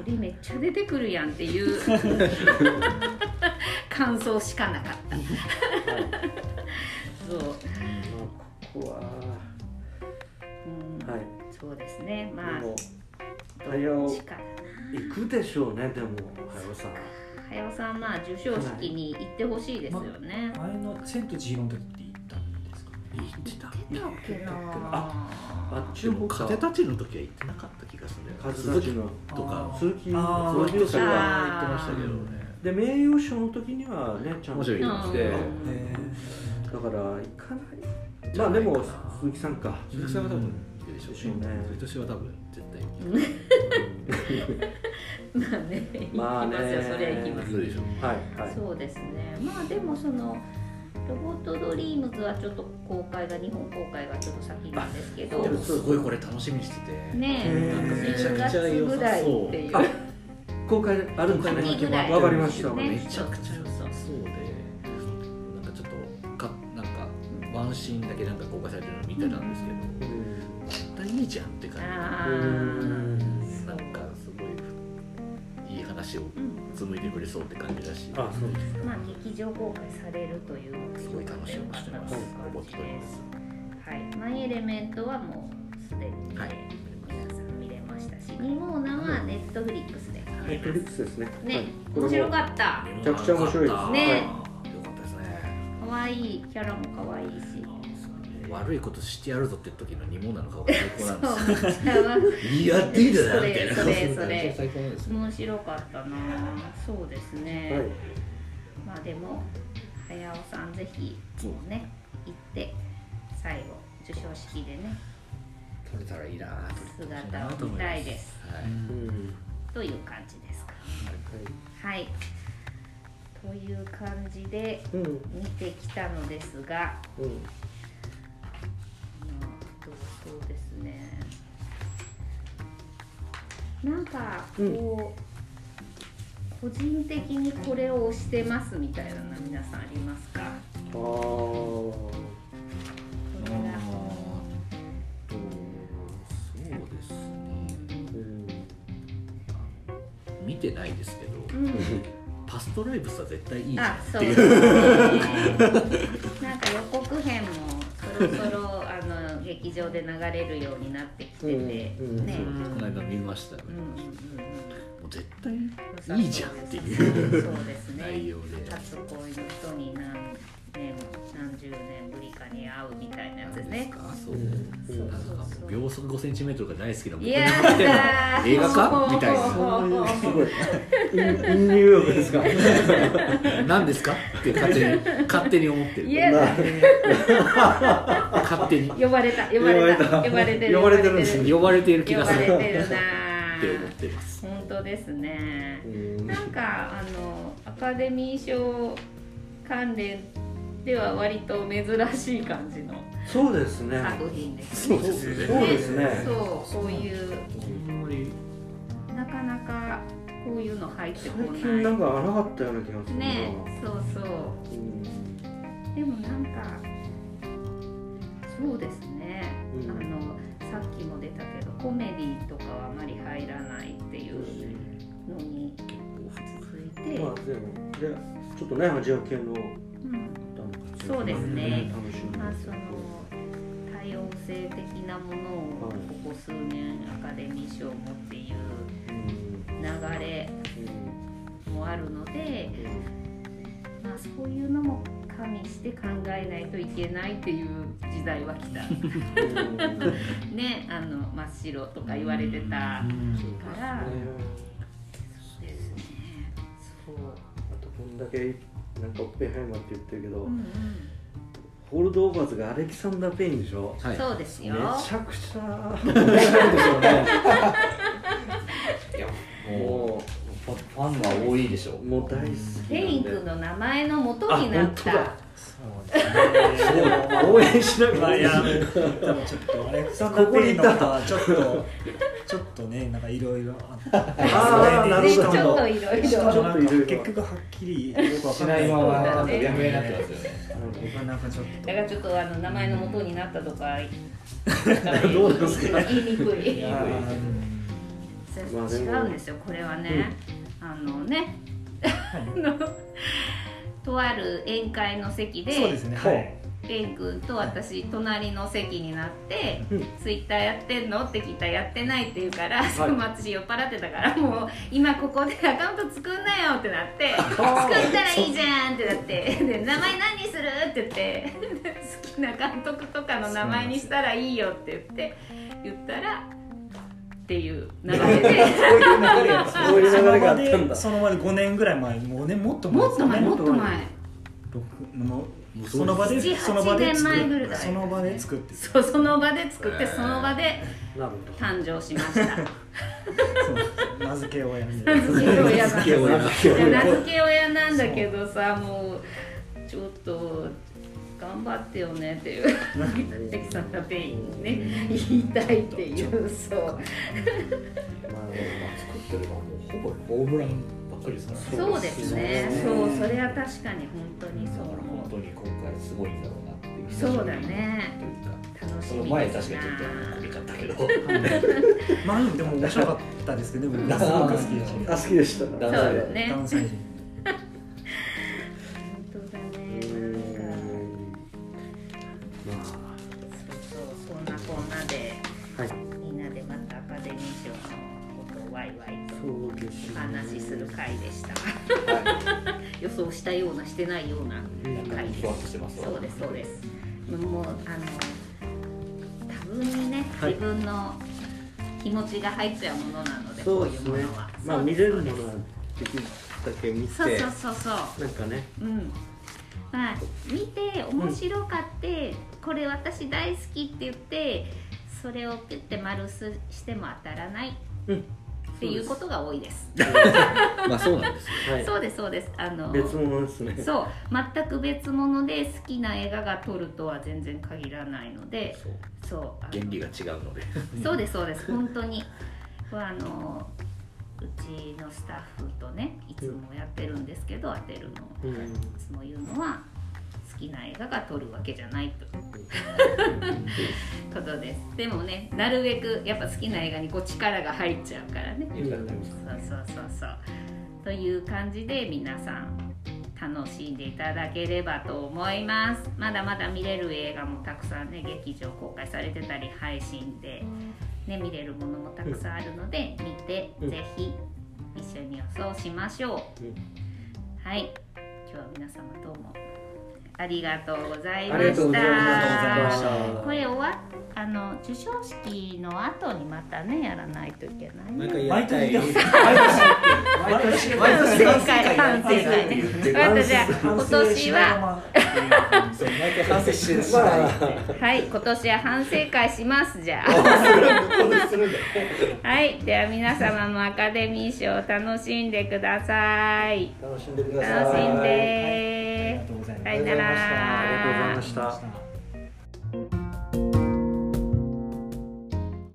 S1: 鳥めっちゃ出てくるやんっていう 感想しかなかった。そう。
S2: どまあここは
S1: うん
S2: はい
S1: そうですね。まあ
S2: でも
S1: どっちか。
S2: 行くでしょうねでも早尾さん
S1: 早尾さんまあ授賞式に行ってほしいですよね。
S4: 前の「千と千尋」の時って行ったんですか
S3: 言ってた。
S1: 出たっけな。
S2: あっち
S3: で
S2: も
S3: も、
S2: か
S3: 風立ちの時は行ってなかった気がするんだよね。
S2: 風立ちの
S3: とか。
S2: 鈴木
S4: あー
S2: 鈴木亮
S3: 私
S2: さ
S3: は
S2: んが
S3: 行ってましたけどね。
S2: で名誉賞の時にはねちゃんと
S3: もちろん行
S2: 来
S3: ってて
S2: だ
S1: うん
S4: え
S2: から行かないまあでも鈴木さんか
S3: 鈴木さんは多分いるでしょう
S2: でしょうね
S3: ね。そういう年は多分絶対
S1: まあね。
S2: まあね
S1: 行きますよ。そりゃ行きます
S3: 行くでしょう。
S2: はいはい
S1: そうですねまあでもそのロボットドリームズはちょっと公開が日本公開がちょっと先なんですけど
S3: でもすごいこれ楽しみにしてて。
S1: ね
S2: へ
S3: なんか
S1: え
S3: めちゃ
S1: 10
S3: くちゃ
S1: 月
S3: 良
S1: ぐ
S3: さ
S1: らい
S3: そ
S1: っ
S3: う
S1: て。いう
S2: あ公開あるんです
S1: 秋ぐら
S2: ね
S1: い
S2: わかりました
S1: ね
S3: めちゃくちゃ良さそうでなんかちょっとかなんかワンシーンだけなんか公開されてるの見てたんですけど
S2: うん
S3: 絶対いいじゃんって感
S1: あ
S2: う
S1: ー
S2: ん
S3: じなんかすごいいい話を
S1: うん
S3: 紡いでくれそうって感じだし
S2: あそうです
S1: まあ劇場公開されるというのが
S3: すごい楽しみにしてますロボットドリームズ
S1: はいマイエレメントはもうすでに
S3: はい
S1: 皆さん見れましたしニモーナはネットフリックスで
S2: ネットフリックスですねは
S1: ね
S2: いこ
S1: 面
S2: れ
S1: 白
S2: も
S1: かった
S2: めちゃくちゃ面白いです
S1: ね
S3: はいよかったですね
S1: 可愛いキャラも可愛いし
S3: 悪いことしてやるぞって時の煮物なの顔が最高なんで
S1: そうめっちゃ
S3: すよやっていいだなみたいな
S1: それそれ
S3: 最高なんですね
S1: 面白かったなそうですね、
S2: はい
S1: まあでも早尾さんぜひもうね行って最後授賞式でね
S3: 撮れたらいいなぁ撮れたらなぁと
S1: 姿を
S3: 思
S1: 見
S3: い
S1: たい
S3: ま
S1: です
S3: はい
S2: うん
S1: という感じですかはいという感じで
S2: うん
S1: 見てきたのですが
S2: うん
S1: まあどうそうですねなんかこう、個人的にこれを推してますみたいなの皆さんありますか
S2: あー
S1: これが
S3: とそうですね
S2: うん
S3: 見てないですけど、
S1: うん
S3: パストライブスは絶対いいじゃん
S1: あ
S3: っ
S1: そう
S3: て
S1: で
S3: いう
S1: すねなんか予告編もそろそろあの劇場で流れるようになってきてて、
S2: うん
S1: ね、
S2: う
S1: うんん
S2: うん
S1: うん
S3: この間見ましたよ、
S1: うん
S3: もう絶
S1: う
S3: 対
S1: ん
S3: いいじゃんっていう
S1: そうです
S3: 内
S1: ね
S3: 容で
S1: 初恋の人に何年何十年ぶりかに会うみたいなやつです
S3: です
S1: ね
S3: かそう
S2: うん
S1: そう
S3: なんかもう秒速 5cm が大好きな僕
S1: いやー
S3: の映画化みたい
S1: ほうほうほう ほう
S2: すごいインインニューヨークですか
S3: な何ですかって勝手に勝手に思ってる
S1: いや
S3: 勝手に
S1: 呼ばれた呼ばれた
S2: 呼ばれた
S1: 呼ばれてる
S2: 呼ばれてるんです
S1: 呼
S3: 呼ばれている気
S1: ば
S3: がす
S1: れ
S3: る
S1: てるな
S5: って思ってます。
S1: 本当ですね
S2: う。ん
S1: なんかあのアカデミー賞関連では割と珍しい感じの
S2: そうですね。
S1: 作品です。
S2: そうですね。そうですね。
S1: そうこういう
S4: あんまり
S1: なかなかこういうの入ってこ
S2: 最
S1: ない。
S2: 近なんか荒かったような気がするな。
S1: ねそうそう。でもなんかそうですね、
S2: うん
S1: あのさっきも出たけどコメディとかはあまり入らないっていうのに続いて、
S2: まあでもでちょっとねアジア系の
S1: うん
S2: 歌も活躍
S1: そうですね
S2: 楽しみ
S1: まあ
S2: で
S1: その多様性的なものを
S2: はい
S1: ここ数年アカデミー賞もっていう
S2: うん
S1: 流れもあるので、まあ、そういうのも加味して考えないといけないっていう時代は来た
S2: うんうん
S1: ねあの真っ白とか言われてた。
S4: うん
S1: から、そうですね。そう。
S2: あとこんだけなんかオッペンハイマーって言ってるけど、
S1: うんうん
S2: ホールドオーバーズがアレキサンダー・ペインでしょ
S3: はい
S1: そうです
S2: め
S1: よ。
S2: ちゃくちゃ面白いですよね
S5: いや、も
S2: も
S5: うファファンは多いでしょ
S2: うもう大好きなんで
S1: ペイン君の名前の元になっ
S2: あ本
S1: た。
S4: そうですね
S2: 応援しなが
S4: ま
S2: ら
S4: あいや
S2: や
S4: でもちょっとアレクサンダー・ペインのことはちょっとちょっとねなんかいろいろあって
S2: あーなる
S1: ね、
S2: ほ
S1: ちょ
S2: ど
S1: っといろい
S4: ちょ
S1: ろ。
S4: っとなんか結局はっきりよくわ
S5: し
S4: かんな
S5: ないいまま
S1: なんか
S5: やむやになってますよね
S4: 僕はなんかちょっ
S1: だからちょっとあの名前の元になったとか。
S2: どうですか
S1: 言いにくい。
S4: とあーうん
S2: まあで
S1: 違
S2: も
S1: うんですよこれはね、あのね あのとある宴会の席で
S4: そうですねはい
S1: レン君と私隣の席になって
S2: うん
S1: 「ツイッターやってんの?」って聞いたら「やってない」って言うから、
S2: い
S1: その私酔っ払ってたからもう「今ここでアカウント作んなよ」ってなって「作ったらいいじゃん」ってなって「で名前何にする?」って言ってで「好きな監督とかの名前にしたらいいよ」って言って言ったらっていう流れで
S2: そういう流れがあったんだ
S4: その場で5年ぐらい前5年もっと前
S1: も
S4: で
S1: っ
S4: す
S1: と
S4: ね
S1: 前もっと前
S4: 六も
S3: もう
S4: うその場で
S1: 7
S4: その場で作
S1: 8年前ぐらい
S4: ってその場で作って
S1: そうその場で作っ
S3: へ
S1: て
S3: ー
S1: その場で
S2: なる
S1: 誕生しました。
S4: そう名付け親みたい
S1: 名
S4: な
S1: 付け親なんですよ
S2: 名付け親
S1: 名付け親なんだけどさもうちょっと頑張ってよねっていう関さんがペインにね言いたいっていうそう
S2: ほどまあ
S5: 作ってればもうほぼホームランばっかりですからね
S1: そうですねそ
S4: そうで
S1: う
S4: すね
S1: それは確かに本当に
S5: だ
S1: そ
S5: から
S1: う
S5: 本当に今回すごいんだろうなっていう
S1: そうだね
S5: というか
S1: 楽し
S5: その
S1: み
S5: 前
S1: で
S5: 確
S1: す
S5: かに
S1: な
S5: ちょっとこけちゃったけど
S4: まあでも面白かったですけどね僕すごく好きでした
S2: あ好きでした
S5: だ
S1: そうだね
S4: 関
S1: 本
S4: 西人
S1: 当だねなんかそうそう
S2: うんま
S1: そんなこんなで
S2: あはい
S1: みんなでまたアカデミー賞のことをワイワイと
S2: そうですね
S1: お話しする回でした。予想したようなしてないような回で
S5: ふわっ
S1: す。
S5: としてますわ
S1: そうですそうです。もうあの多分にね、
S2: はい
S1: 自分の気持ちが入っちゃうものなのでこ
S2: そう
S1: う
S2: で
S1: い
S2: す
S1: うも
S2: ね
S1: のは。
S2: まあ
S1: そうで
S2: 見
S1: す
S2: れるものはできるだけ見て
S1: そうですそうそうそうそう。
S2: なんかね
S1: うん、まあ見て面白かって、これ私大好きって言ってそれをピュッて丸すしても当たらない、
S2: うん
S1: っていうことが多いです。
S3: まあそうなんですよ
S2: はい
S1: そうですそうです。あの
S2: 別物ですね
S1: そう全く別物で好きな映画が撮るとは全然限らないので
S5: そう
S1: そうあの
S5: 原理が違うので
S1: そうですそうです本当にこれあのうちのスタッフとねいつもやってるんですけど当てるのを。
S2: うん
S1: いつも言うのは好きな映画が撮るわけじゃないと ことですでもねなるべくやっぱ好きな映画にこう力が入っちゃうからね
S5: 言うからね
S1: そうそうそうそうという感じで皆さん楽しんでいただければと思いますまだまだ見れる映画もたくさんね劇場公開されてたり配信で、ね、見れるものもたくさんあるので見て
S2: うん
S1: ぜひ一緒に予想しましょう
S2: うん
S1: はい今日は皆様どうもありがとうござい
S2: あ
S1: ま
S2: りがとう
S1: し
S2: ございましたた
S1: これ終わあの授賞式の後にまたねやらないといけないね
S3: 回
S4: 毎年
S3: やりたい
S4: 毎年毎年
S1: 反省会反省会ね。わかったじゃあ今年は
S4: は感じ
S3: そう毎回反省してるしない
S2: まあ
S1: はい今年は反省会しますじゃ
S2: するんだよ
S1: あはいでは皆様もアカデミー賞楽しんでください
S2: 楽しんでください
S1: 楽しん
S4: ありが
S1: で
S4: とうございま
S1: さ
S4: す
S1: よなら
S2: ありがとうございました
S4: ありがとうございました